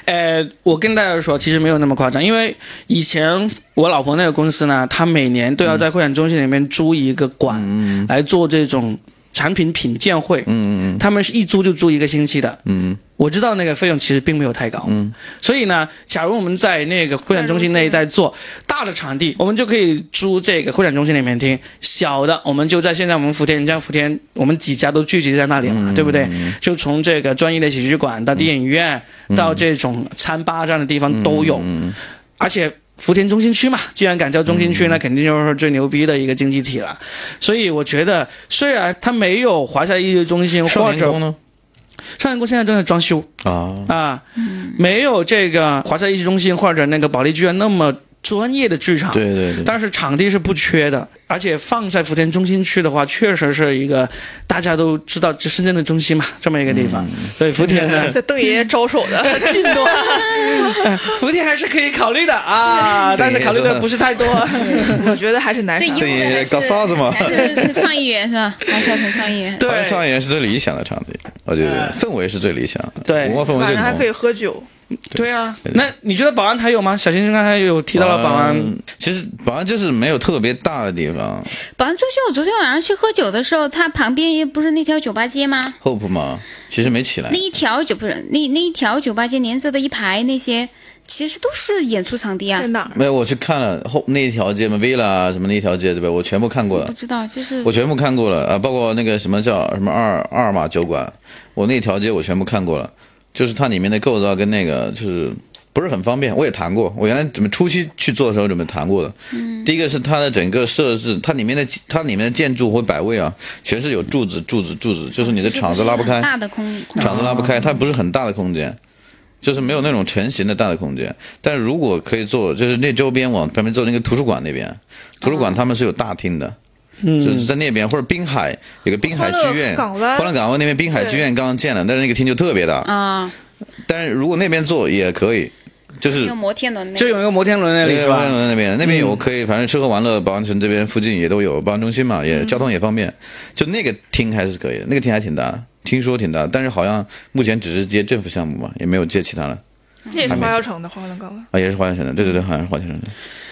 A: 呃，我跟大家说，其实没有那么夸张，因为以前我老婆那个公司呢，她每年都要在会展中心里面租一个馆、来做这种产品品鉴会。嗯嗯他们是一租就租一个星期的。嗯。我知道那个费用其实并没有太高。嗯。所以呢，假如我们在那个会展中心那一带做大的场地，我们就可以租这个会展中心里面听；小的，我们就在现在我们福田，你像福田，我们几家都聚集在那里嘛，对不对？就从这个专业的喜剧馆到电影院，到这种餐吧这样的地方都有，
B: 嗯
A: 而且。福田中心区嘛，既然敢叫中心区，那肯定就是最牛逼的一个经济体了。所以我觉得，虽然它没有华夏艺术中心
B: 少
A: 或
B: 年
A: 者
B: 宫呢？
A: 少年宫现在正在装修，
B: 啊，
A: 啊，没有这个华夏艺术中心或者那个保利剧院那么专业的剧场。
B: 对对对，
A: 但是场地是不缺的，而且放在福田中心区的话，确实是一个大家都知道这深圳的中心嘛，这么一个地方。
B: 嗯
A: 所以福田 呢，
D: 在邓爷爷招手的 近端，
A: 福田还是可以考虑的啊，
B: 对
A: 但是考虑的不是太多。
D: 我觉得还是难
C: 最
D: 想
C: 优
B: 对
C: 的还是哎
B: 搞啥子嘛
C: 还是这个创意园是吧？华侨城创意园。
A: 对
B: 华夏创业园是最理想的场地，我觉得氛围是最理想的，
A: 对
B: 文化氛围
D: 晚
B: 最
D: 上还
B: 浓
D: 可。以喝酒，
A: 对啊，那你觉得保安台有吗？小新刚才有提到了保安，
B: 嗯，其实保安就是没有特别大的地方
C: 保安中心，我昨天晚上去喝酒的时候，它旁边也不是那条酒吧街吗？
B: ，Hope 嘛，其实没起来
C: 那。一条酒不是那那一条酒吧街连着的一排那些，其实都是演出场地啊
D: 在。哪儿？
B: 没有，我去看了后那一条街嘛，villa 啊什么那一条街对吧？我全部看过
C: 不
B: 了，
C: 知道，就是
B: 我全部看过了啊，包括那个什么叫什么二二马酒馆，我那条街我全部看过了，就是它里面的构造跟那个就是不是很方便。我也谈过，我原来怎么初期去做的时候怎么谈过的。
C: 嗯
B: 第一个是它的整个设置，它里面的它里面的建筑或摆位啊，全是有柱子柱子柱子，就是你的
C: 哦就是
B: 场子拉不
C: 是很
B: 开。
C: 大的空空
B: 场子拉不开，它不是很大的空间，就是没有那种成型的大的空间。但如果可以做，就是那周边往旁边做那个图书馆那边，图书
D: 啊
B: 馆他们是有大厅的，
A: 嗯
B: 就是在那边或者滨海有个滨海剧院，
D: 嗯欢乐港湾
B: 欢乐港湾那边滨海剧院刚刚建了，但是那个厅就特别大。
C: 啊，
B: 但是如果那边做也可以，就是
C: 那个摩天轮那
A: 就
C: 个。
A: 有一个摩天轮那里
B: 对，
A: 是
B: 万
A: 吧？嗯
B: 隆那边那边有可以，反正吃喝玩乐，保安城这边附近也都有，保安中心嘛，
A: 嗯
B: 也交通也方便。就那个厅还是可以的，那个厅还挺大，听说挺大，但是好像目前只是接政府项目嘛，也没有接其他的
D: 那也是花椒城的花园港湾。
B: 啊，也是华强城的，对对对，好像是华强城的。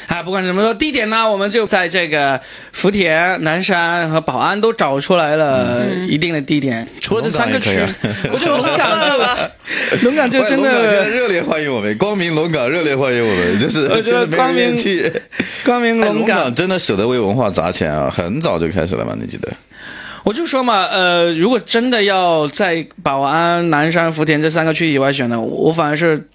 A: 哎，不管怎么说，地点呢，我们就在这个福田、南山和宝安都找出来了一定的地点。除了这三个区
B: 嗯龙岗也，啊
A: 我觉得龙岗就龙岗就真
B: 哎喂龙岗现在
A: 的
B: 热烈欢迎我们，光明龙岗热烈欢迎 我们，就是
A: 我觉得
B: 真的没人
A: 光明
B: 愿意去
A: 光明
B: 哎
A: 龙
B: 龙
A: 岗
B: 岗，真的舍得为文化砸钱啊，很早就开始了嘛，你记得？
A: 我就说嘛，呃，如果真的要在宝安、南山、福田这三个区以外选呢，我反而是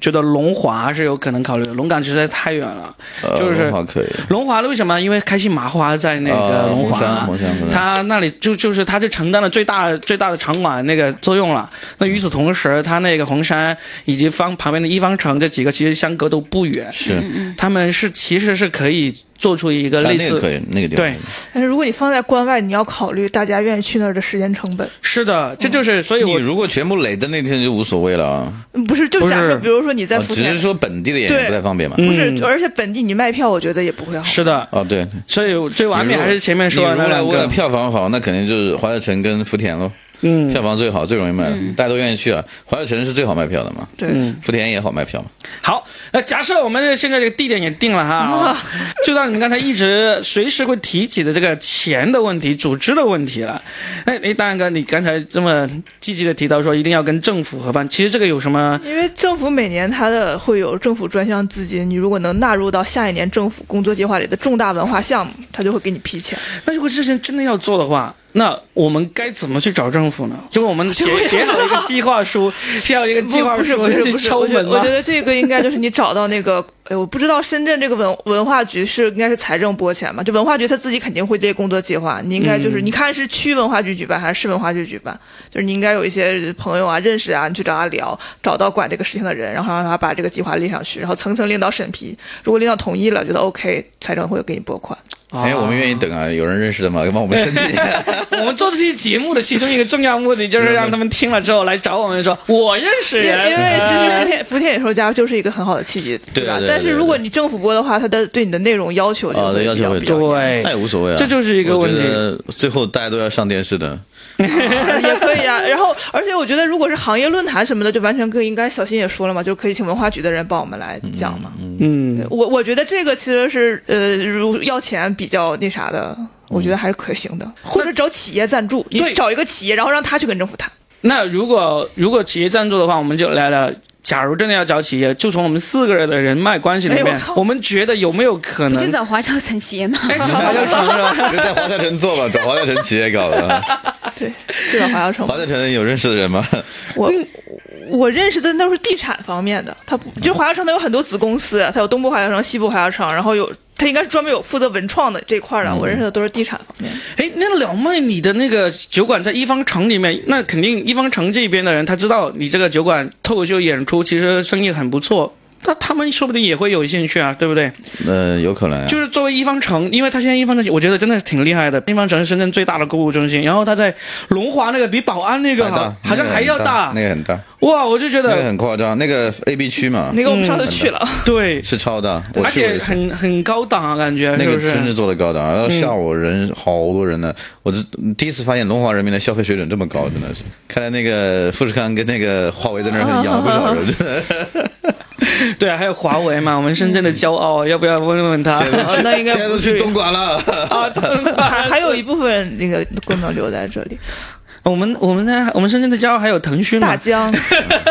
A: 觉得龙华是有可能考虑的，龙岗实在太远了。
B: 呃
A: 就是
B: 文化可以。
A: 龙华的为什么？因为开心麻花在那个
B: 呃
A: 龙华，
B: 红山红山红山
A: 他那里就就是他就承担了最大最大的场馆那个作用了。那与此同时，他那个红山以及方旁边的一方城这几个其实相隔都不远，
B: 是，
A: 他们是其实是可以做出一个
B: 嗯咱
A: 类
B: 那个
A: 似
B: 可以，那个地方
A: 对
B: 可以
D: 但是如果你放在关外，你要考虑大家愿意去那儿的时间成本。
A: 是的，这就是所以
B: 你
A: 我
B: 如果全部垒的那天就无所谓了啊，
D: 嗯不是，就
A: 不
D: 假
A: 是
D: 设比如说你在
B: 哦
D: 福
B: 只
D: 田，
B: 是说本地的演员
D: 对
B: 不太方便嘛。
D: 不是
A: 嗯，
D: 而且本地你卖票，我觉得也不会好。
A: 是的，
B: 哦，对，
A: 所以最完美
B: 你如
A: 还是前面说的
B: 你
A: 那
B: 如果
A: 两
B: 为了
A: 个。
B: 票房好，那肯定就是华侨城跟福田喽，
A: 嗯，
B: 票房最好，最容易卖，大家都愿意去啊。华侨城是最好卖票的嘛，
D: 对，
A: 嗯
B: 福田也好卖票嘛。
A: 好，那假设我们现在这个地点也定了哈，就到你们刚才一直随时会提起的这个钱的问题、组织的问题了。哎哎，大安哥，你刚才这么积极的提到说一定要跟政府合办，其实这个有什么？
D: 因为政府每年它的会有政府专项资金，你如果能纳入到下一年政府工作计划里的重大文化项目，它就会给你批钱。
A: 那如果之前真的要做的话，那我们该怎么去找政府呢？就是我们写写好一个计划书，写好一个计
D: 不
A: 划
D: 不是
A: 书
D: 不是
A: 去
D: 不是，
A: 敲
D: 我觉
A: 门
D: 得我
A: 吗
D: 觉？得这个应该就是你找到那个，哎，我不知道深圳这个文文化局是应该是财政拨钱嘛？就文化局他自己肯定会列工作计划，你应该就是、
A: 嗯
D: 你看是区文化局举办还是市文化局举办，就是你应该有一些朋友啊、认识啊，你去找他聊，找到管这个事情的人，然后让他把这个计划列上去，然后层层领导审批，如果领导同意了，觉得 OK，财政会给你拨款。
B: 哎，我们愿意等啊，有人认识的嘛，帮我们 申请。
A: 哎我们做这期节目的其中一个重要目的就是让他们听了之后来找我们说，我认识
D: 因
A: 人，
D: 因为其实福田福田野兽家就是一个很好的契机，
B: 对
D: 吧
B: 对对？
D: 但是
B: 对
D: 如果你政府拨的话，它的对你的内容要求就
B: 哦，对，要求会
D: 比较
B: 多
A: 对
B: 那也无所谓啊，
A: 这就是一个问题。
B: 最后大家都要上电 视的，
D: 也可以啊。然后，而且我觉得，如果是行业论坛什么的，就完全更应该。小新也说了嘛，就可以请文化局的人帮我们来讲嘛。
A: 嗯，
D: 我我觉得这个其实是呃，如要钱比较那啥的，我觉得还是可行的。或者找企业赞助，你
A: 嗯对
D: 找一个企业，然后让他去跟政府谈。
A: 那如果如果企业赞助的话，我们就来聊聊。假如真的要找企业，就从我们四个人的人脉关系里
D: 哎
A: 面
D: 我，靠
A: 我们觉得有没有可
C: 不就
A: 能？
C: 找华侨城企业吗？
A: 哎，华侨城是吧？
B: 就在华侨城做吧，找华侨城企业搞的。
A: 啊
D: 对，去找华侨城
B: 华。侨城有认识的 人吗？
D: 我我认识的都是地产方面的，他不
A: 嗯
D: 就是华侨城，它有很多子公司，啊它有东部华侨城、西部华侨城，然后有。他应该是专门有负责文创的这块儿的，
A: 嗯
D: 我认识的都是地产方面。
A: 哎，那老妹，你的那个酒馆在一方城里面，那肯定一方城这边的人他知道你这个酒馆脱口秀演出其实生意很不错，那他们说不定也会有兴趣啊，对不对？
B: 呃，有可能啊。
A: 就是作为一方城，因为他现在一方城，我觉得真的挺厉害的。一方城是深圳最大的购物中心，然后他在龙华那个比宝安那个
B: 还大
A: 好，好像还要大。
B: 那个很大，
A: 哇，我就觉
B: 那个
A: 得
B: 很夸张，那个 A B 区嘛
D: 那，个我
A: 嗯
D: 们上次去了，
A: 对，
B: 是超大，我
A: 而
B: 去过
A: 且
B: 一次。
A: 很很高档啊，感觉
B: 那
A: 是
B: 个
A: 不
B: 真是
A: 是？
B: 做的高档，然后
D: 嗯
B: 下午人好多人呢，我这第一次发现龙华人民的消费水准这么高，真的是。看来那个富士康跟那个华为在那儿养 了不少人，真的
A: 对啊，还有华为 嘛，我们深圳的骄傲，要不要问问他？
B: 嗯
D: 哦那应该
B: 现在
D: 不
B: 都
D: 至
B: 去
D: 于。哦
B: 东莞了。
A: 啊，
D: 还还有一部分那个功能留在这里，
A: 我们我们呢？我们深圳的骄傲还有腾讯
D: 大
A: 嘛？
D: 疆、腾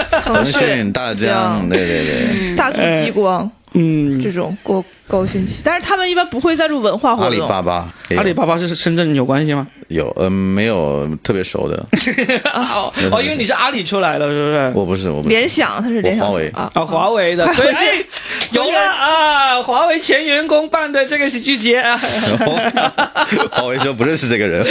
B: 嗯腾讯、大疆，对对对，
D: 大族激光
A: 嗯，
D: 这种高高新企，但是他们一般不会赞助文化
B: 阿
D: 活
B: 里
D: 动。
B: 巴巴，也有
A: 阿里巴巴是深圳有关系吗？
B: 有，嗯、没有特别熟 的，
A: 哦，哦，因为你是阿里出来的，是不是？
B: 我不是，我不是。
D: 联想，它是联想
B: 我华为哦
D: 啊，
A: 啊，华为的，对，哎有了啊！华为前员工办的这个喜剧节啊，
B: 华为说不认识这个人，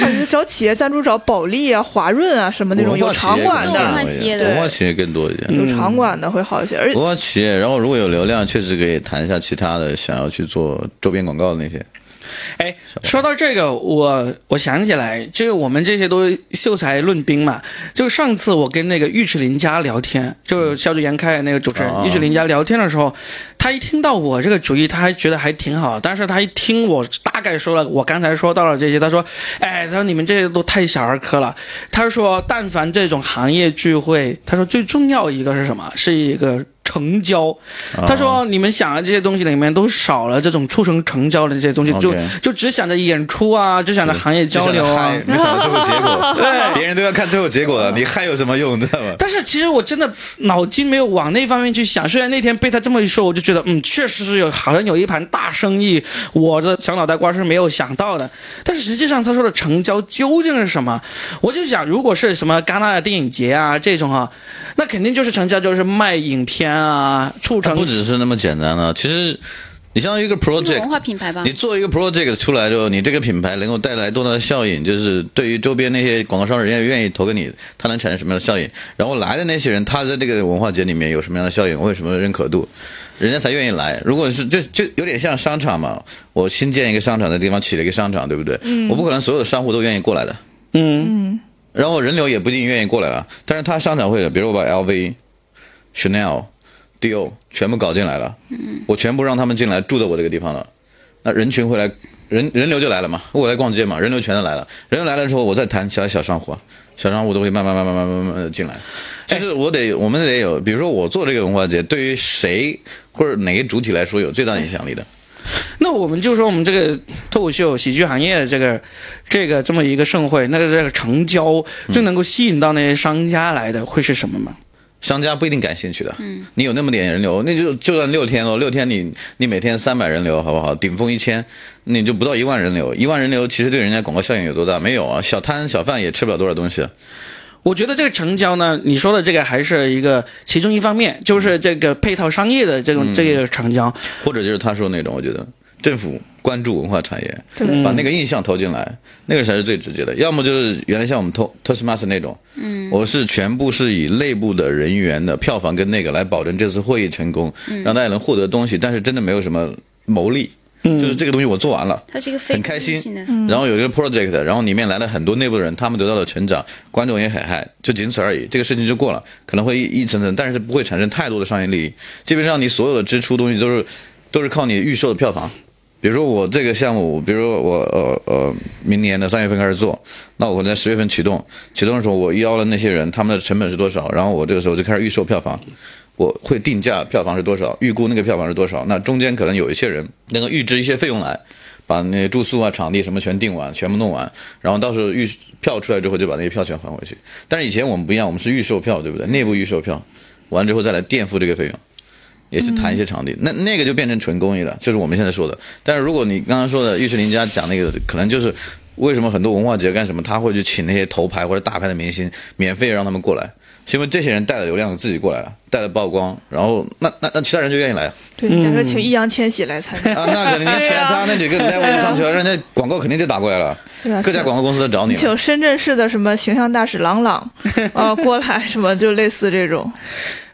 D: 还是找企业赞助，找保利啊、华润啊 什么那种有场馆
C: 文化
D: 的，
C: 企业
B: 文化企业更多一点。
D: 有场馆的会好一些。而且
B: 文化企业，然后如果有流量，确实可以谈一下其他的想要去做周边广告的那些。
A: 哎，说到这个，我我想起来，就是我们这些都是秀才论兵嘛。就上次我跟那个尉迟林家聊天，就是笑逐颜开的那个主持人
B: 啊
A: 尉迟林家聊天的时候，他一听到我这个主意，他还觉得还挺好，但是他一听我大概说了我刚才说到了这些，他说：“哎，他说你们这些都太小儿科了。”他说：“但凡这种行业聚会，他说最重要一个是什么？是一个。”成交。他说哦你们想的这些东西里面都少了这种促成成交的这些东西，就
B: OK
A: 就只想着演出啊，只想着行业交流啊。
B: 嗨没想到最后结 果，别人都要看最后结果了，你嗨有什么用，知道吗？
A: 但是其实我真的脑筋没有往那方面去想，虽然那天被他这么一说，我就觉得嗯，确实是有好像有一盘大生意，我的小脑袋瓜是没有想到的。但是实际上他说的成交究竟是什么？我就想，如果是什么戛纳的电影节啊这种哈、那肯定就是成交，就是卖影片啊，促
B: 它
A: 成
B: 不只是那么简单了，其实你相当于一个
C: 一个文
B: project，
C: 化品牌吧
B: 你。做一个 project 出来之后，你这个品牌能够带来多大的效应？就是对于周边那些广告商，人家愿意投给你，它能产生什么样的效应？然后来的那些人，他在这个文化节里面有什么样的效应？我有什么认可度？人家才愿意来。如果是就就有点像商场嘛，我新建一个商场的地方起了一个商场，对不对？我不可能所有的商户都愿意过来的，
A: 嗯
B: 然后人流也不一定愿意过来了。但是他商场会的，比如我把 LV、Chanel、Dior 全部搞进来了，我全部让他们进来住到我这个地方了，那人群会来，人人流就来了嘛，我来逛街嘛，人流全都来了，人流来了之后，我再谈其他小商户啊，小商户都会慢慢慢慢慢慢慢慢地进来。就是我得，我们得有，比如说我做这个文化节，对于谁或者哪个主体来说有最大影响力的，
A: 那我们就说我们这个脱口秀喜剧行业的这个这个这么一个盛会，那个这个成交最能够吸引到那些商家来的会是什么吗？
B: 商家不一定感兴趣的。你有那么点人流，那就就算六天咯，六天你你每天三百人流好不好？顶峰一千，你就不到一万人流。一万人流其实对人家广告效应有多大？没有啊，小摊小贩也吃不了多少东西。啊
A: 我觉得这个成交呢，你说的这个还是一个其中一方面，就是这个配套商业的这种、这个成交。
B: 或者就是他说那种，我觉得政府关注文化产业，
D: 对
B: 把那个印象投进来，那个才是最直接的。要么就是原来像我们 To Toastmaster 那种，嗯，我是全部是以内部的人员的票房跟那个来保证这次会议成功，让大家能获得东西，但是真的没有什么牟利，就是这个东西我做完了。
C: 它是一个非
B: 很开嗯
C: 功利性的，
B: 然后有一个 project，然后里面来了很多内部的人，他们得到了成长，观众也很嗨，就仅此而已，这个事情就过了，可能会一一层层，但是不会产生太多的商业利益。基本上你所有的支出东西都是都是靠你预售的票房。比如说我这个项目，比如说我呃呃，明年的三月份开始做，那我可能在十月份启动，启动的时候我邀了那些人，他们的成本是多少，然后我这个时候就开始预售票房，我会定价票房是多少，预估那个票房是多少，那中间可能有一些人能够预支一些费用来，把那些住宿啊、场地什么全定完，全部弄完，然后到时候预票出来之后就把那些票全还回去。但是以前我们不一样，我们是预售票，对不对？内部预售票，完之后再来垫付这个费用，也是谈一些场地。那那个就变成纯公益了，就是我们现在说的。但是如果你刚刚说的玉石临家讲那个，可能就是为什么很多文化节干什么，他会去请那些头牌或者大牌的明星，免费让他们过来，是因为这些人带了流量自己过来了，带了曝光，然后那那那其他人就愿意来啊。
D: 对，假设请易烊千玺来参 加，
B: 啊，那肯定 其他他那几个 level 就上去了，人家广告肯定就打过来了，
D: 对啊
B: 各家
D: 请
B: 广告公司都找你了。
D: 请深圳市的什么形象大使 郎朗啊过来，什么就类似这种，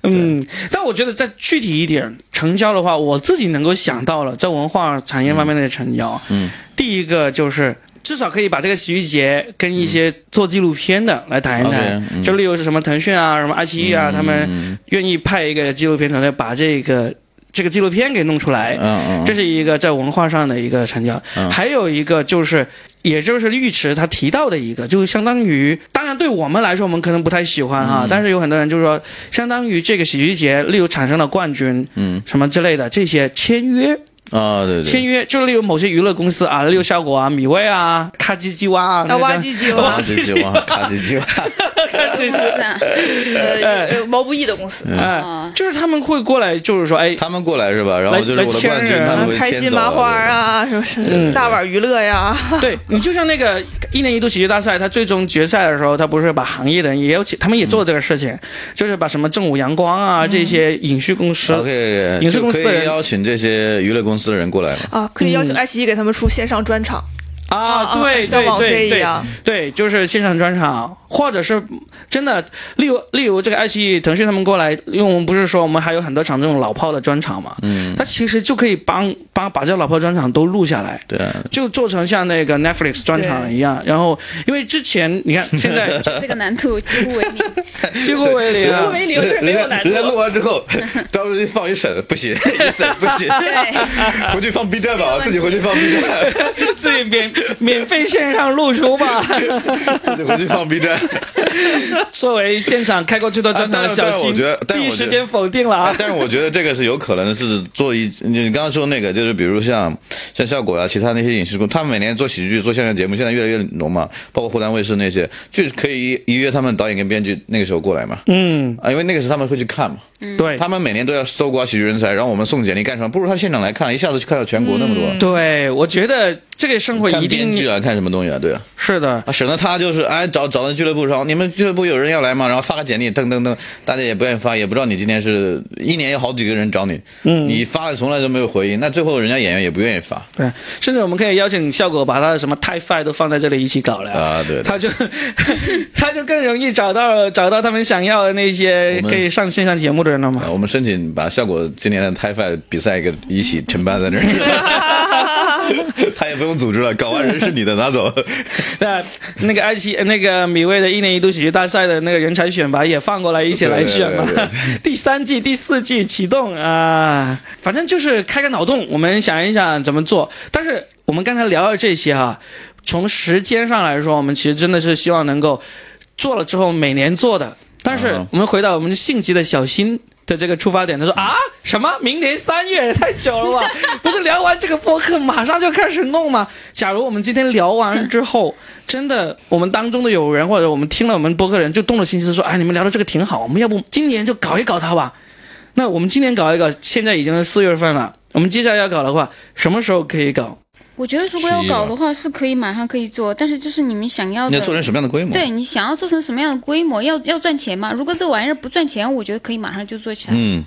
A: 嗯，但我觉得再具体一点成交的话，我自己能够想到了在文化产业方面的成交。
B: 嗯，
A: 第一个就是。至少可以把这个喜剧节跟一些做纪录片的来谈一谈，
B: OK，嗯
A: 就例如是什么腾讯啊、什么爱奇艺啊，他们
B: 嗯
A: 愿意派一个纪录片团队把这个这个纪录片给弄出来。
B: 嗯
A: 这是一个在文化上的一个成交，
B: 嗯
A: 还有一个就是，也就是尉迟他提到的一个，就是相当于，当然对我们来说，我们可能不太喜欢
B: 嗯
A: 哈，但是有很多人就是说，相当于这个喜剧节，例如产生了冠军，
B: 嗯
A: 什么之类的，这些签约，
B: 啊对
A: 签
B: 对，
A: 约就是例如某些娱乐公司啊，例如效果啊、米未啊、咔叽叽哇啊，
D: 那挖
A: 那个
D: 机机
B: 卡
D: 哇，
B: 叽叽 哇，卡叽叽哇，
A: 咔叽叽，
C: 是啊，
D: 呃呃毛不易的公司，
B: 嗯
A: 哎，就是他们会过来，就是说，哎，
B: 他们过来是吧？然后
A: 来
B: 就是我的冠军，
A: 来签人
B: 他们会
D: 开
B: 签
D: 心
B: 走啊
D: 麻花啊，是不是？大碗娱乐呀，
A: 对你就像那个一年一度喜剧大赛，他最终决赛的时候，他不是把行业的人也有请，他们也做这个事情，就是把什么正午阳光啊、这些影视公司。
B: OK，
A: 影视公司
B: 就
A: 的
B: 可
A: 人
B: 以邀请这些娱乐公司的人过来嘛？
D: 啊，可以邀请爱奇艺给他们出线上专 场
A: 啊，对
D: 像
A: 对
D: 网
A: 对
D: 飞一
A: 对
D: 样，
A: 对，就是线上专场，或者是真的，例如例如这个爱奇艺、腾讯他们过来，因为我们不是说我们还有很多场这种老炮的专场嘛，嗯，他其实就可以帮帮把这老炮专场都录下来，
B: 对啊，
A: 就做成像那个 Netflix 专场一样。然后，因为之前你看现在
C: 这个难度几乎为零。
A: 几乎为零啊，
D: 没
B: 人家人家录完之后，到时候放一审，不行， 一审不行，
C: 对，
B: 回去放 B 站吧，
C: 这
B: 自
C: 个问题
B: 己回去放 B 站，
A: 自己免免费线上露出吧。
B: 自己回去放 B 站。
A: 作为现场开过去的专场的小
B: 啊但是但是
A: 新
B: 我觉得，但是
A: 第一
B: 我觉得
A: 时间否定了
B: 啊
A: 啊，。
B: 但是我觉得这个是有可能的，是做一你刚刚说那个，就是比如像像效果啊，其他那些影视公，他们每年做喜剧、做相声节目，现在越来越浓嘛，包括湖南卫视那些，就是可以一约他们导演跟编剧那个时候过来嘛，
A: 嗯，哎
B: 啊，因为那个时候他们会去看嘛，
A: 对
B: 他们每年都要搜刮喜剧人才，然后我们送简历干什么？不如他现场来看，一下子就看到全国那么多。
A: 对，我觉得这个生活
B: 看
A: 嗯一
B: 编剧
A: 定
B: 啊，看什么东西啊？对啊，
A: 是的，
B: 啊省得他就是哎找找那俱乐部说你们俱乐部有人要来吗？然后发个简历，噔噔噔，大家也不愿意发，也不知道你今天是一年有好几个人找你，嗯，你发了从来都没有回应，那最后人家演员也不愿意发
A: 对，甚至我们可以邀请效果把他的什么太 i 都放在这里一起搞了
B: 啊，对，
A: 他就 他就更容易找到找到他们想要的那些
B: 我们
A: 可以上线上节目的人了嘛
B: 啊。我们申请把效果今年的 t i f i 比赛给一起承办在那 儿，他也不用组织了，搞完人是你的，拿走。
A: 那那个爱奇那个米未的一年一度喜剧大赛的那个人才选拔也放过来一起来选了
B: 对对对，
A: 第三季、第四季启动啊，反正就是开个脑洞，我们想一想怎么做。但是我们刚才聊了这些哈、从时间上来说，我们其实真的是希望能够做了之后每年做的。但是
B: 嗯
A: 我们回到我们性急的小新的这个出发点，他说啊什么明年三月也太久了 吧？不是聊完这个播客马上就开始弄吗？假如我们今天聊完之 后，真的我们当中的有人或者我们听了我们播客人就动了心思说，哎你们聊的这个挺好，我们要不今年就搞一搞它吧？那我们今年搞一搞，现在已经是四月份了，我们接下来要搞的话，什么时候可以搞？
C: 我觉得如果要
B: 11
C: 搞的话，是可以马上可以做，但是就是你们想要
B: 啊你
C: 的
B: 要，做成什么样的规模？
C: 对你想要做成什么样的规模，要要赚钱嘛？如果这玩意儿不赚钱，我觉得可以马上就做起来。
B: 嗯，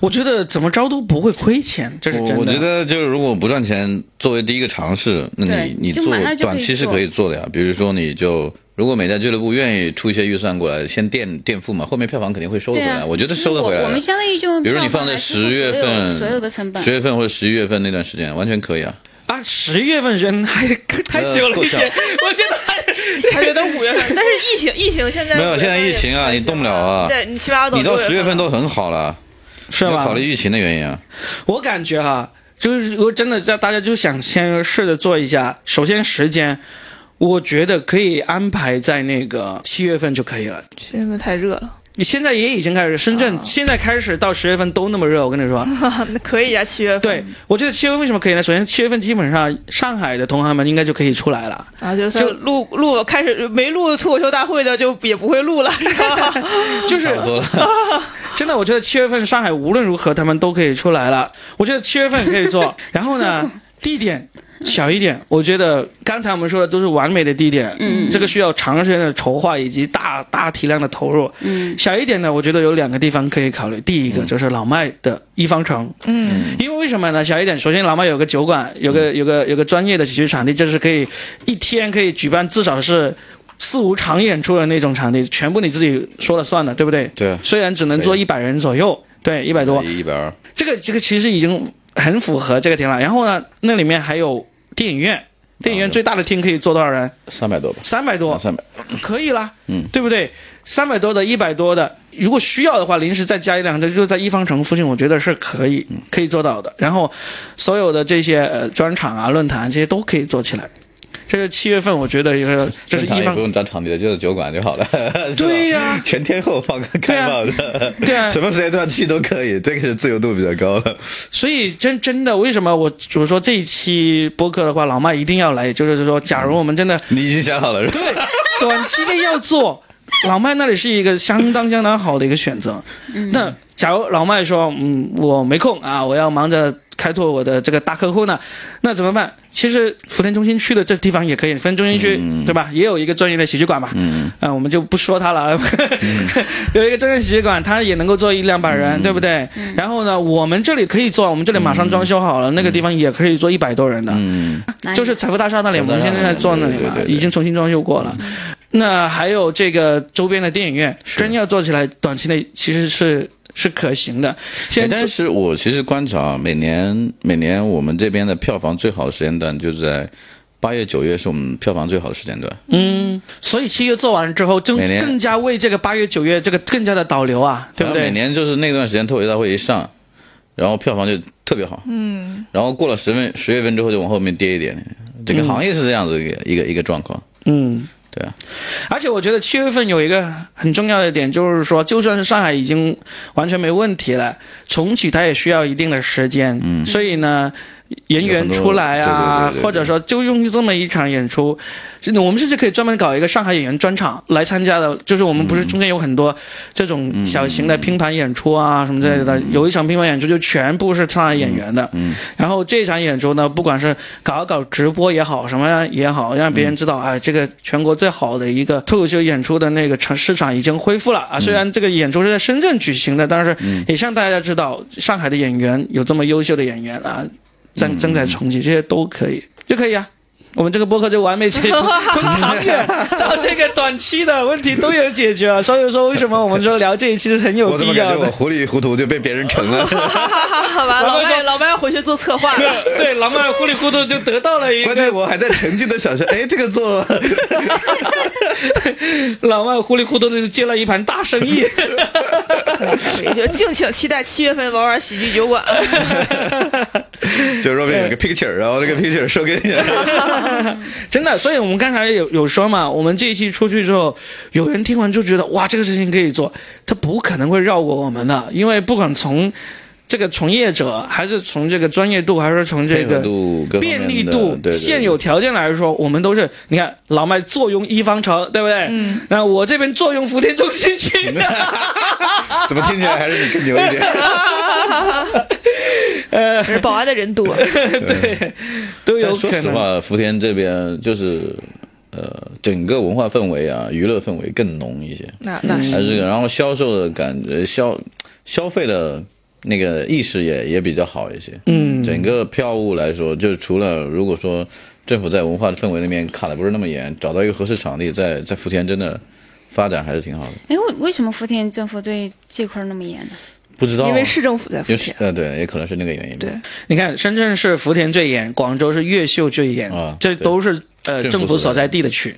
A: 我觉得怎么着都不会亏钱，这是真的。
B: 我我觉得就是如果不赚钱，作为第一个尝试，那
C: 对
B: 你你
C: 就
B: 做
C: 马上就可以
B: 短期是可以做的呀。比如说，你就如果每家俱乐部愿意出一些预算过来，先垫垫付嘛，后面票房肯定会收得
C: 对
B: 回来。
C: 啊，
B: 我觉得
C: 就是
B: 收得回来
C: 我我
B: 了
C: 们。相当于就用
B: 比如你
C: 票
B: 放
C: 房
B: 在
C: 来支
B: 10
C: 付
B: 月
C: 所有
B: 份
C: 所有的成本
B: 十，月份或者十一月份那段时间，完全可以啊。
A: 啊，十月份人 还太久了一点，
B: 呃够呛
A: 我觉得还
D: 他觉得五月份，但是疫情疫情现在
B: 没有现在疫情啊
D: 也
B: 你动不了啊
D: 对你七八都
B: 你到十月份都很好了，
A: 是
B: 要
A: 吧
B: 考？虑疫情的原因啊。
A: 我感觉哈，就是如果真的在大家就想先试着做一下，首先时间，我觉得可以安排在那个七月份就可以了。
D: 七月份太热 了，
A: 你现在也已经开始，深
B: 啊
A: 圳现在开始到十月份都那么热，我跟你 说，
D: 那可以啊，七月份
A: 对我觉得七月份为什么可以呢？首先七月份基本上上海的同行们应该就可以出来了。
D: 啊，就
A: 就
D: 就录录开始没录脱口秀大会的就也不会录了，是 吧？嗯
A: 就是
B: 差不多了
A: 真的，我觉得七月份上海无论如何他们都可以出来了。我觉得七月份可以 做，然后呢，地点小一点，我觉得刚才我们说的都是完美的地点，
C: 嗯
A: 这个需要长时间的筹划以及大大体量的投入。
C: 嗯，
A: 小一点呢，我觉得有两个地方可以考虑，第一个就是老麦的一方城，
D: 嗯，
A: 因为为什么呢？小一点，首先老麦有个酒馆，有个有个有个专业的喜剧场地，这是可以一天可以举办至少是四五场演出的那种场地，全部你自己说了算的，对不对？
B: 对啊，
A: 虽然只能坐
B: 可以
A: 一百人左右， 对，一百多，
B: 一百二，
A: 这个这个其实已经很符合这个厅了。然后呢，那里面还有电影院，电影院最大的厅可以坐多少人？
B: 三百多吧，
A: 三百多，
B: 啊三百。
A: 可以啦，
B: 嗯，
A: 对不对？三百多的，一百多的，如果需要的话，临时再加一辆车，就在一方城附近，我觉得是可以
B: 嗯
A: 可以做到的。然后所有的这些呃专场啊、论坛这些都可以做起来。这是七月份，我觉得也是，这是
B: 正常
A: 一
B: 也
A: 方
B: 不用找场地的，就是酒馆就 好了。
A: 对呀
B: 全天候放个
A: 对
B: 开
A: 啊
B: 放的，
A: 对啊
B: 什么时间段去都可以，这个是自由度比较高了。
A: 所以真真的，为什么我我说这一期播客的话，老麦一定要来，就是说，假如我们真的
B: 你已经想好了是吧？
A: 对短期内要做，老麦那里是一个相当相当好的一个选择。那假如老麦说，嗯，我没空啊，我要忙着开拓我的这个大客户呢，那怎么办？其实福田中心区的这地方也可以，福田中心区、对吧？也有一个专业的喜剧馆嘛，嗯、我们就不说它了。啊 有一个专业喜剧馆，它也能够做一两百人，对不对？然后呢，我们这里可以做，我们这里马上装修好了，那个地方也可以做一百多人的。
B: 嗯，
C: 哪里
A: 就是财富大厦那里，我
B: 财富
A: 们
B: 大厦
A: 现在在做那里嘛
B: 对对，对对
A: 已经重新装修过了。那还有这个周边的电影院，真要做起来，短期内其实是是可行的。
B: 哎
A: 现在
B: 但是我其实观察，每年每年我们这边的票房最好的时间段就是在八月九月，是我们票房最好的时间段。
A: 嗯，所以七月做完之后，就
B: 每年
A: 更加为这个八月九月这个更加的导流啊，对不
B: 然后每
A: 对？
B: 年就是那段时间脱口秀大会一上，然后票房就特别好。嗯，然后过了十份十月份之后就往后面跌一点，整个行业是这样子一个、一个一个状况。
A: 嗯，
B: 对啊，
A: 而且我觉得七月份有一个很重要的点，就是说，就算是上海已经完全没问题了，重启它也需要一定的时间。嗯，所以呢，人员出来啊，
B: 有很多对对对对对
A: 或者说就用这么一场演出，是我们甚至可以专门搞一个上海演员专场来参加的。就是我们不是中间有很多这种小型
B: 嗯
A: 的拼盘演出啊、什么之类的，有一场拼盘演出就全部是上海演员的。
B: 嗯，
A: 然后这场演出呢，不管是搞一搞直播也好，什么样也好，让别人
B: 嗯
A: 知道，哎，这个全国最好的一个脱口秀演出的那个场市场已经恢复了
B: 嗯
A: 啊。虽然这个演出是在深圳举行的，但是也让大家知道上海的演员有这么优秀的演员啊，
B: 嗯
A: 正正在重启，这些都可以就可以啊。我们这个播客就完美解 决，从长远到这个短期的问题都有解决了。所以说，为什么我们说聊这一期是很有
B: 我怎
A: 必
B: 么感
A: 要
B: 觉我
A: 的？
B: 糊里糊涂就被别人沉 了？
D: 好吧，
A: 然后
D: 老
A: 说
D: 麦老麦要回去做策划了。
A: 对，老麦糊里糊涂就得到了一
B: 关
A: 个
B: 键我还在沉浸的想象，哎，这个 做
A: 老外糊里糊涂的接了一盘大生意，
D: 也 就敬请期待七月份玩玩喜剧酒 馆。
B: 就是 Robin 有个 picture，然后这个 picture 说给你了。
A: 真的。所以我们刚才有有说嘛，我们这一期出去之后，有人听完就觉得哇，这个事情可以做，他不可能会绕过我们的，因为不管从这个从业者，还是从这个专业度，还是从这
B: 配合
A: 个
B: 度各方面
A: 便
B: 的
A: 利度、
B: 对对对
A: 现有条件来说，我们都是你看老麦坐拥一方城，对不对？嗯。那我这边坐拥福田中心区。
B: 怎么听起来还是你更 牛一点？
D: 可是保安的人多，
A: 对， 都有
B: 但
A: 可
B: 说实
A: 能。
B: 话，福田这边就是呃，整个文化氛围啊，娱乐氛围更浓一些，
D: 那那是
B: 还是然后销售的感觉消消费的。那个意识也也比较好一些，嗯，整个票务来说，就是除了如果说政府在文化氛围那边卡的不是那么严，找到一个合适场地，在在福田真的发展还是挺好的。
C: 哎，为为什么福田政府对这块儿那么严呢？
B: 不知道啊，
D: 因为市政府在福
B: 有是
D: 田。
B: 呃对，也可能是那个原因吧。
D: 对
A: 你看，深圳是福田最严，广州是越秀最严，
B: 啊
A: 这都是呃
B: 政府
A: 政府所
B: 所在
A: 在地的区。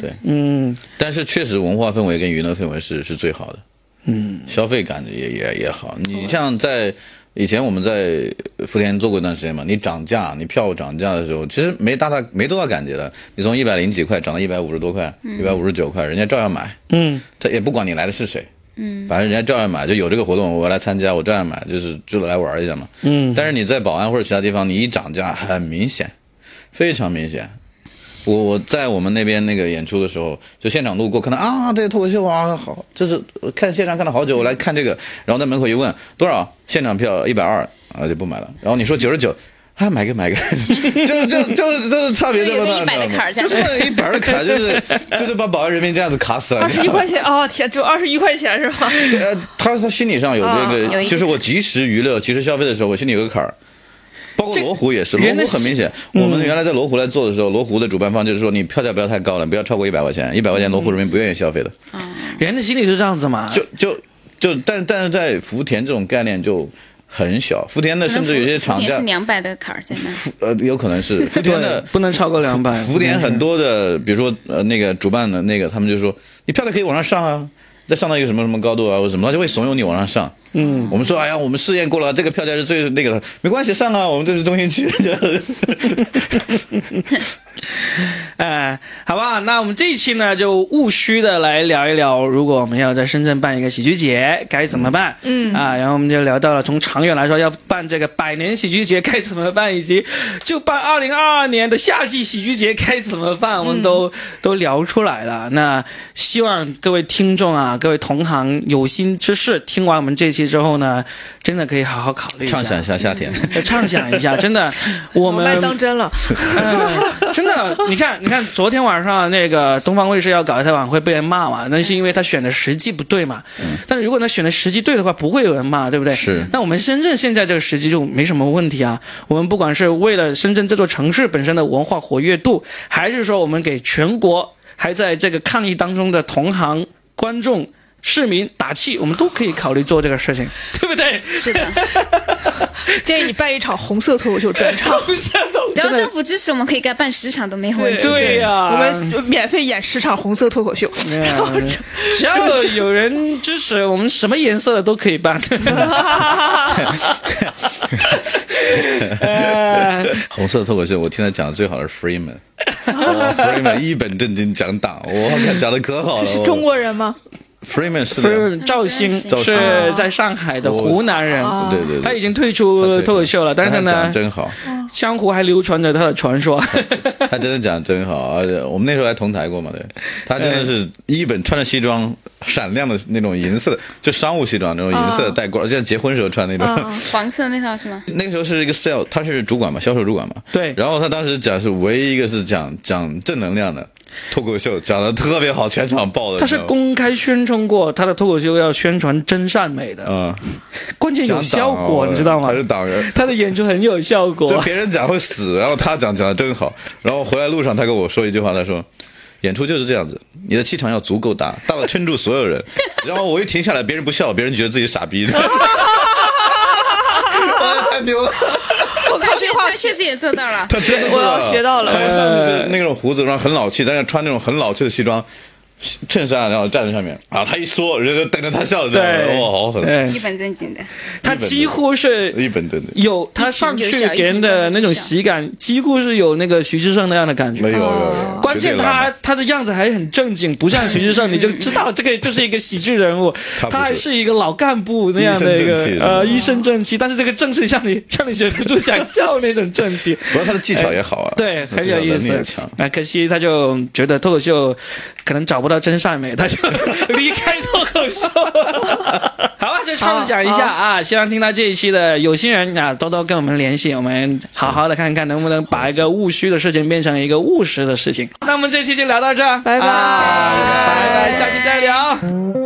B: 对，
A: 嗯，
B: 但是确实文化氛围跟娱乐氛围是是最好的，嗯，消费感也也也好。你像在以前我们在福田做过一段时间嘛，你涨价，你票涨价的时候，其实没大大没多大感觉的。你从一百零几块涨到一百五十多块，一百五十九块，人家照样买，
A: 嗯，
B: 这也不管你来的是谁。嗯，反正人家照样买，就有这个活动，我来参加，我照样买，就是就来玩一下嘛。嗯，但是你在保安或者其他地方，你一涨价，很明显，非常明显。我我在我们那边那个演出的时候，就现场路过看到啊，这个脱口秀啊，好，这是我看现场看了好久，我来看这个，然后在门口一问多少，现场票一百二啊就不买了，然后你说九十九。啊，买个买个，就是就就是就是差别这么大，
C: 就有一个100的坎儿在
B: 就是一百的坎儿，就是就是把保安人民这样子卡 死了
C: 啊
D: 二。十一块钱哦，天，只有二十一块钱是吧？
B: 呃，他他心理上有这
C: 啊有
B: 个，
C: 一个
B: 就是我及时娱乐、及时消费的时候，我心里有个坎儿。包括
A: 这
B: 罗湖也是，罗
A: 人的
B: 湖很明显。我们原来在罗湖来做的时候，罗湖的主办方就是说，你票价不要太高了，不要超过一百块钱，一百块
C: 嗯
B: 钱罗湖人民不愿意消费的。
A: 人的心理是这样子
C: 啊
A: 嘛。
B: 就就就，但但是在福田这种概念就很小，福田的 甚至有些
C: 可能
B: 厂
C: 啊福田
B: 家
C: 是，两百的坎儿在 那。
B: 呃，有可能 是福
A: 对
B: 田的，
A: 不能超过两百。
B: 福田很多的，比如说呃那个主办的那个，他们就说你票价可以往上上啊，再上到一个什么什么高度啊，或者什么，他就会怂恿你往上上。嗯，我们说哎呀，我们试验过了，这个票价是最那个的，没关系，上啊，我们这是中心区。
A: 哎，好吧，那我们这一期呢，就务虚的来聊一聊，如果我们要在深圳办一个喜剧节，该怎么办？嗯啊，然后我们就聊到了从长远来说，要办这个百年喜剧节该怎么办，以及就办二零二二年的夏季喜剧节该怎么办，我们都、都聊出来了。那希望各位听众啊，各位同行有心之士，听完我们这期之后呢，真的可以好好考虑一下，
B: 畅想一下夏 天，
A: 呃畅想一下，真的，我
D: 老麦
A: 们
D: 当真了，
A: 嗯 真的，你看，你看，昨天晚上那个东方卫视要搞一台晚会，被人骂嘛，那是因为他选的时机不对嘛。但是如果他选的时机对的话，不会有人骂，对不对？
B: 是
A: 那我们深圳现在这个时机就没什么问题啊。我们不管是为了深圳这座城市本身的文化活跃度，还是说我们给全国还在这个抗疫当中的同行观众。市民打气，我们都可以考虑做这个事情，对不对？
C: 是 的，
D: 建议你办一场红色脱口秀专 场，
A: 互相都
C: 只要
A: 真的
C: 政府支持，我们可以给他办十场都没有问题。
A: 对呀、
D: 我们免费演十场红色脱口秀。
A: 嗯
D: 然后这
A: 只要有人支持，我们什么颜色的都可以 办。呃呃
B: 红色脱口秀，我听他讲的最好的是 Freeman， Freeman 一本正经讲党，我讲的可 好了。
D: 是中国人吗？
B: Freeman 是的呀，
A: 是赵鑫
C: 赵
B: 鑫
A: 是在上海的湖南人，
B: 对对对，
A: 他已经退出脱口秀了，但是
B: 哦他讲
A: 呢
B: 得，真好，
A: 江湖还流传着他的传 说。
B: 他真的讲得真好，而且我们那时候还同台过嘛，对，他真的是一本穿着西装，闪亮的那种银色的，就商务西装那种银色的带
A: 啊
B: 冠，就像结婚时候穿那种。
C: 嗯黄色那套是吗？
B: 那个时候是一个 sale，他是主管嘛，销售主管嘛。
A: 对
B: 然后他当时讲是唯一一个是讲讲正能量的脱口秀，讲的特别好，全场爆的。
A: 他是
B: 你知道吗
A: 公开宣称过他的脱口秀要宣传真善美的，
B: 嗯，
A: 关键有
B: 讲
A: 效
B: 党
A: 果，
B: 哦
A: 你知道吗
B: 他？是党人。
A: 他的演出很有效
B: 就
A: 果，
B: 别人讲会死，然后他讲讲的真好。然后回来路上，他跟我说一句话，他说：“演出就是这样子，你的气场要足够大，大到撑住所有人。” 然后我一停下来，别人不笑，别人觉得自己傻 逼的。哇太牛了！
D: 我靠，这话
C: 他确实也做到了。
B: 他真的做
D: 我要学到了
B: 他
D: 我
A: 上次
B: 那种胡子，然后很老气，但是穿那种很老气的西装、衬衫，然后站在上面啊，他一说，人家等着他笑，你知道吗？
A: 对，
B: 啊哇，好狠！
A: 对
C: 一本正经的，
A: 他几乎是
B: 一本正经，
A: 有他上去给人的那种喜感，几乎是有那个徐志胜那样的感
B: 没
A: 觉。
B: 哎有没有没有
D: 哦，
A: 关键
B: 绝对拉满
A: 他他的样子还很正经，不像徐志胜，你就知道这个就是一个喜剧人物。
B: 他不是
A: 他还是一个老干部那样的一
B: 一身正气
A: 个
B: 的
A: 呃一身正气，但是这个正气让你 让你忍不住想笑那种正气。
B: 主要他的技巧也好啊，
A: 对，
B: 他
A: 很
B: 技
A: 有
B: 巧
A: 意
B: 能力
A: 思
B: 也强。。
A: 那可惜他就觉得脱口秀可能找不到真善美，他就 离开脱口 秀。好吧，就畅想一下啊，希望听到这一期的有心人啊，多多跟我们联系，我们好好的看看能不能把一个务虚的事情变成一个务实的事情。那我们这期就聊到这儿，
D: 拜拜
A: 啊拜拜，下期再聊。
C: 拜